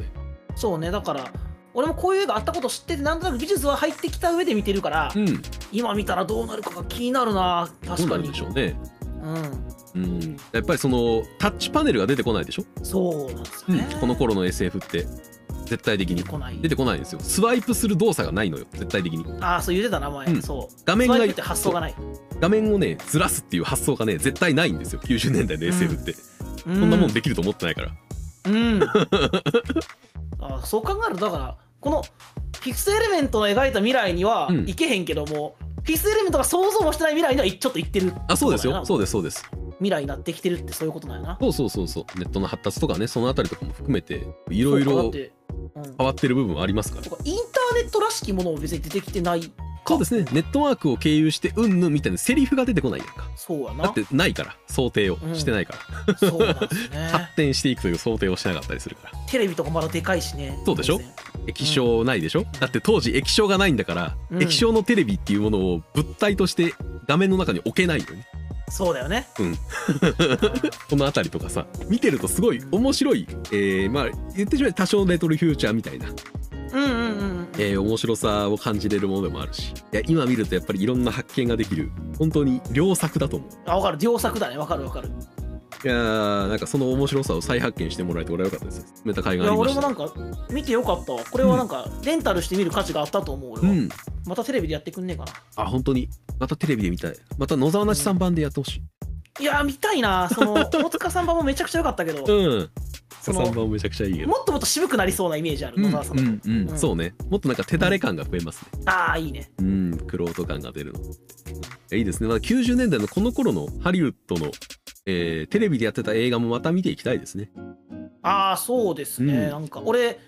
Speaker 2: そうねだから俺もこういう映画あったこと知っててなんとなく美術は入ってきた上で見てるから、
Speaker 1: うん
Speaker 2: 今見たらどうなるかが気になるな
Speaker 1: どう
Speaker 2: 確
Speaker 1: な
Speaker 2: か
Speaker 1: る
Speaker 2: に
Speaker 1: でしょうね
Speaker 2: うん
Speaker 1: うん、やっぱりそのタッチパネルが出てこないでしょ、
Speaker 2: そうなんですよね、
Speaker 1: この頃の SF って絶対的
Speaker 2: 出
Speaker 1: に
Speaker 2: てこない
Speaker 1: 出てこないんですよスワイプする動作がないのよ絶対的に
Speaker 2: ああそう言ってた名前、
Speaker 1: うん
Speaker 2: そう
Speaker 1: 画面
Speaker 2: ス
Speaker 1: が
Speaker 2: ワイプって発想がない
Speaker 1: 画面をねずらすっていう発想がね絶対ないんですよ90年代の SF って、
Speaker 2: そ
Speaker 1: こんなもんできると思ってないから、
Speaker 2: うん、 あそう考えるとだからこのフィフスエレメントの描いた未来には
Speaker 1: うん
Speaker 2: いけへんけども、フィフスエレメントが想像もしてない未来にはいちょっと行ってるって
Speaker 1: あそうです
Speaker 2: だ
Speaker 1: よ
Speaker 2: な
Speaker 1: そうですそうです
Speaker 2: 未来になってきてるってそういうことなんやな
Speaker 1: そうそうそうそうネットの発達とかねそのあたりとかも含めていろい
Speaker 2: そう
Speaker 1: ろ
Speaker 2: かだってうん
Speaker 1: 変わってる部分はありますから
Speaker 2: とかインターネットらしきものも別に出てきてない
Speaker 1: そうですねネットワークを経由してうんぬんみたいなセリフが出てこないやんか
Speaker 2: そうやな
Speaker 1: だってないから想定をしてないから、
Speaker 2: そうなんで すね
Speaker 1: 発展していくという想定をしなかったりするから
Speaker 2: テレビとかまだでかいしね
Speaker 1: そうでしょ
Speaker 2: 全然
Speaker 1: 液晶ないでしょ、だって当時液晶がないんだから、
Speaker 2: うん
Speaker 1: 液晶のテレビっていうものを物体として画面の中に置けないよね
Speaker 2: そうだよね
Speaker 1: うんこの辺りとかさ見てるとすごい面白い、えーまあ言ってしまえば多少レトロフューチャーみたいな、
Speaker 2: うんうんうんうん
Speaker 1: えー面白さを感じれるものでもあるしいや今見るとやっぱりいろんな発見ができる本当に良作だと思う
Speaker 2: あ分かる両作だね分かる分かる
Speaker 1: いやーなんかその面白さを再発見してもらえて俺は良かったです冷た甲斐
Speaker 2: い
Speaker 1: があ
Speaker 2: や
Speaker 1: りま
Speaker 2: 俺
Speaker 1: し
Speaker 2: も
Speaker 1: た
Speaker 2: なんか見てよかったわこれはなんかレンタルして見る価値があったと思う
Speaker 1: う
Speaker 2: 俺は、
Speaker 1: ん
Speaker 2: またテレビでやってくんねえかな
Speaker 1: あ本当にまたテレビで見たいまた野沢なしさん版でやってほしい
Speaker 2: いやー見たいなそ の大塚さん版もめちゃくちゃ良かったけど、
Speaker 1: うん
Speaker 2: そ
Speaker 1: さ
Speaker 2: の
Speaker 1: さん版めちゃくちゃいいけど
Speaker 2: もっともっと渋くなりそうなイメージある
Speaker 1: う
Speaker 2: 野
Speaker 1: ん
Speaker 2: 沢さんの、
Speaker 1: うん
Speaker 2: う
Speaker 1: うんん、そうねもっとなんか手だれ感が増えますね
Speaker 2: ああいいね
Speaker 1: うんクロート感が出るのいやいいですね、まあ、90年代のこの頃のハリウッドの、えーテレビでやってた映画もまた見ていきたいですね
Speaker 2: ああそうですね、
Speaker 1: うん
Speaker 2: なんか俺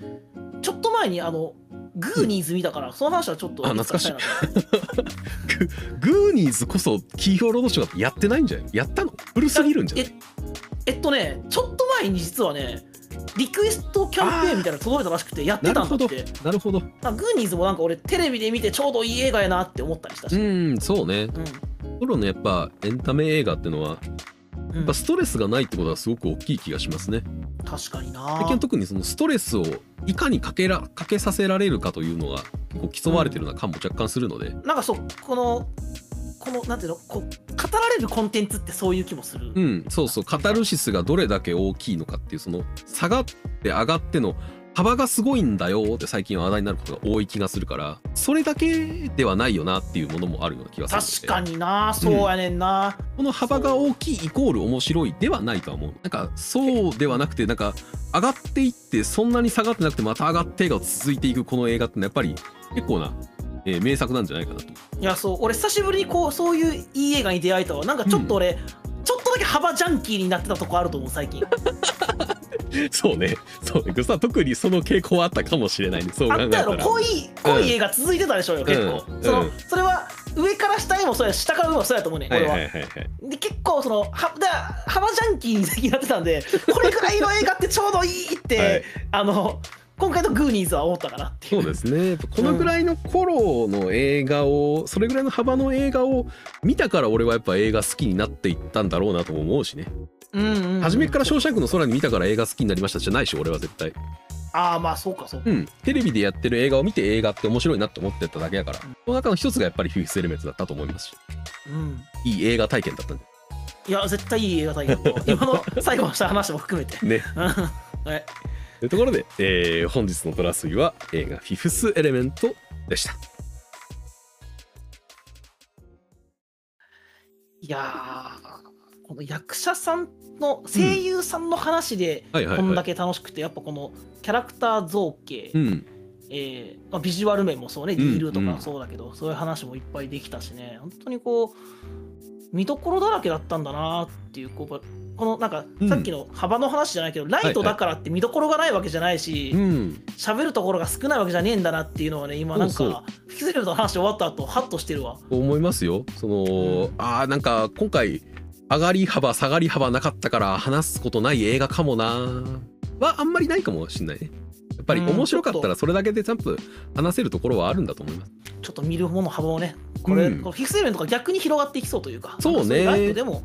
Speaker 2: ちょっと前にあのグーニーズ見たから、その話はちょっと
Speaker 1: あ懐かしい
Speaker 2: つたな
Speaker 1: グーニーズこそ企業労働者だってやってないんじゃないやったの古すぎるんじゃない
Speaker 2: えっとねちょっと前に実はねリクエストキャンペーンみたいなの届いたらしくてやって
Speaker 1: な
Speaker 2: た
Speaker 1: る
Speaker 2: んだ
Speaker 1: ほ
Speaker 2: っ
Speaker 1: ど
Speaker 2: て
Speaker 1: なるほど
Speaker 2: なんかグーニーズもなんか俺テレビで見てちょうどいい映画やなって思ったりしたし、
Speaker 1: うんそうね
Speaker 2: うん
Speaker 1: 頃のやっぱエンタメ映画ってのはや
Speaker 2: うん
Speaker 1: っぱストレスがないってことはすごく大きい気がしますね
Speaker 2: 確かにな
Speaker 1: 最近は特にそのストレスをいかにかけらかけさせられるかというのが結構競われてるような感も若干するので、
Speaker 2: なんかそうこのこのなんていうのこう語られるコンテンツってそういう気もする、
Speaker 1: うん、そうそうカタルシスがどれだけ大きいのかっていうその下がって上がっての幅がすごいんだよって最近は話題になることが多い気がするからそれだけではないよなっていうものもあるような気がす
Speaker 2: 確
Speaker 1: るので
Speaker 2: かになそうやねんな、
Speaker 1: この幅が大きいイコール面白いではないとは思うなんかそうではなくてなんか上がっていってそんなに下がってなくてまた上がってが続いていくこの映画ってのはやっぱり結構な、えー名作なんじゃないかなと
Speaker 2: いやそう俺久しぶりにこうそういういい映画に出会えたわなんかちょっと俺、ちょっとだけ幅ジャンキーになってたとこあると思う最近
Speaker 1: そうねそうねグサ特にその傾向はあったかもしれないねそう考
Speaker 2: あ
Speaker 1: え
Speaker 2: った
Speaker 1: た
Speaker 2: や
Speaker 1: ら
Speaker 2: ろ濃い濃い映画続いてたでしょうよ、結構、
Speaker 1: うん
Speaker 2: その
Speaker 1: うん
Speaker 2: それは上から下へもそうやし下から上もそうやと思うねん
Speaker 1: は
Speaker 2: 俺
Speaker 1: い
Speaker 2: は、
Speaker 1: はいはいはい
Speaker 2: で結構そのはだ幅ジャンキーに最近なってた んでこれぐらいの映画ってちょうどいいって、
Speaker 1: はい
Speaker 2: あの今回のグーニーズは思ったかなっていう
Speaker 1: そうですねこのぐらいの頃の映画をそれぐらいの幅の映画を見たから俺はやっぱ映画好きになっていったんだろうなとも思うしね
Speaker 2: うんうんうん
Speaker 1: 初めから「ショーシャンクの空」に見たから映画好きになりましたじゃないし俺は絶対
Speaker 2: ああまあそうかそうか
Speaker 1: うんテレビでやってる映画を見て映画って面白いなって思ってただけだからその中の一つがやっぱりフィフスエレメンツだったと思いますし
Speaker 2: うん
Speaker 1: いい映画体験だったんで
Speaker 2: いや絶対いい映画 だよ今の最後のした話も含めて
Speaker 1: ね
Speaker 2: うんはい
Speaker 1: というところで、えー本日の「トラスイ」は映画「フィフスエレメント」でした
Speaker 2: いやーこの役者さんの声優さんの話で
Speaker 1: はいはい
Speaker 2: こ
Speaker 1: はい
Speaker 2: んだけ楽しくてやっぱこのキャラクター造形、
Speaker 1: うん
Speaker 2: えーまあ、ビジュアル面もそうね
Speaker 1: ん
Speaker 2: ディールとかもそうだけど、そういう話もいっぱいできたしね本当にこう見どころだらけだったんだなっていうこうこのなんか
Speaker 1: うん
Speaker 2: さっきの幅の話じゃないけど、ライトだからって見どころがないわけじゃないし
Speaker 1: うん
Speaker 2: 喋、るところが少ないわけじゃねえんだなっていうのはね今なん
Speaker 1: そうそ
Speaker 2: かフィキセルの話終わった後ハッとしてるわ。
Speaker 1: 思いますよそのあーなんか今回上がり幅下がり幅なかったから話すことない映画かもなはあんまりないかもしんないねやっぱり
Speaker 2: うん
Speaker 1: 面白かったらそれだけでちゃんと話せるところはあるんだと思います
Speaker 2: ちょっと見るもの幅をね、これ、
Speaker 1: うん
Speaker 2: このフィクセルメントが逆に広がっていきそうというか、
Speaker 1: そうね
Speaker 2: なんかいライトでも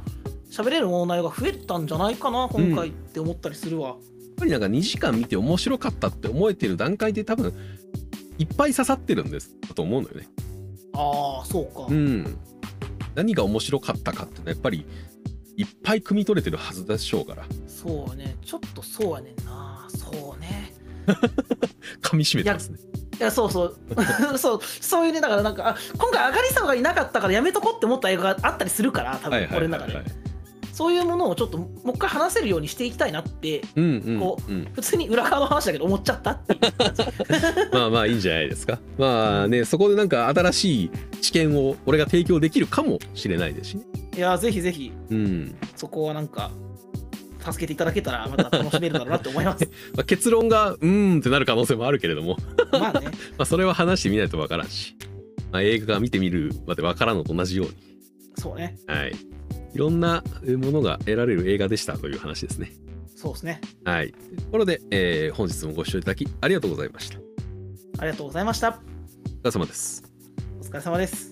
Speaker 2: 喋れる問題が増えたんじゃないかな、今回って思ったりするわ。
Speaker 1: やっぱりなんか2時間見て面白かったって思えてる段階で多分いっぱい刺さってるんですだと思うのよね
Speaker 2: ああ、そうか。
Speaker 1: うん、何が面白かったかってのはやっぱりいっぱい汲み取れてるはずでしょうから
Speaker 2: そうね、ちょっとそうやねんな。そうね。
Speaker 1: 噛み締めてますね。
Speaker 2: いや、そう そう。そう、そういうね、だからなんか、あ今回、上がりさんがいなかったからやめとこって思った映画があったりするから、多分、俺の中で。そういうものをちょっともう一回話せるようにしていきたいなって、
Speaker 1: うんうん
Speaker 2: こ
Speaker 1: うん、
Speaker 2: 普通に裏側の話だけど思っちゃったっていう感じ。
Speaker 1: まあまあいいんじゃないですかまあねそこでなんか新しい知見を俺が提供できるかもしれないですしね
Speaker 2: いや、ぜひぜひ。
Speaker 1: うん
Speaker 2: そこはなんか助けていただけたらまた楽しめるだろうなって思います
Speaker 1: まあ、結論がうーんってなる可能性もあるけれども、
Speaker 2: まあね
Speaker 1: まあ、それは話してみないとわからんし、まあ、映画が見てみるまでわからんのと同じように
Speaker 2: そうね
Speaker 1: はいいろんなものが得られる映画でしたという話ですね
Speaker 2: そうですね
Speaker 1: はい。というところで、えー本日もご視聴いただきありがとうございました。お疲
Speaker 2: ありがとうございました
Speaker 1: れ様です。
Speaker 2: お疲れ様です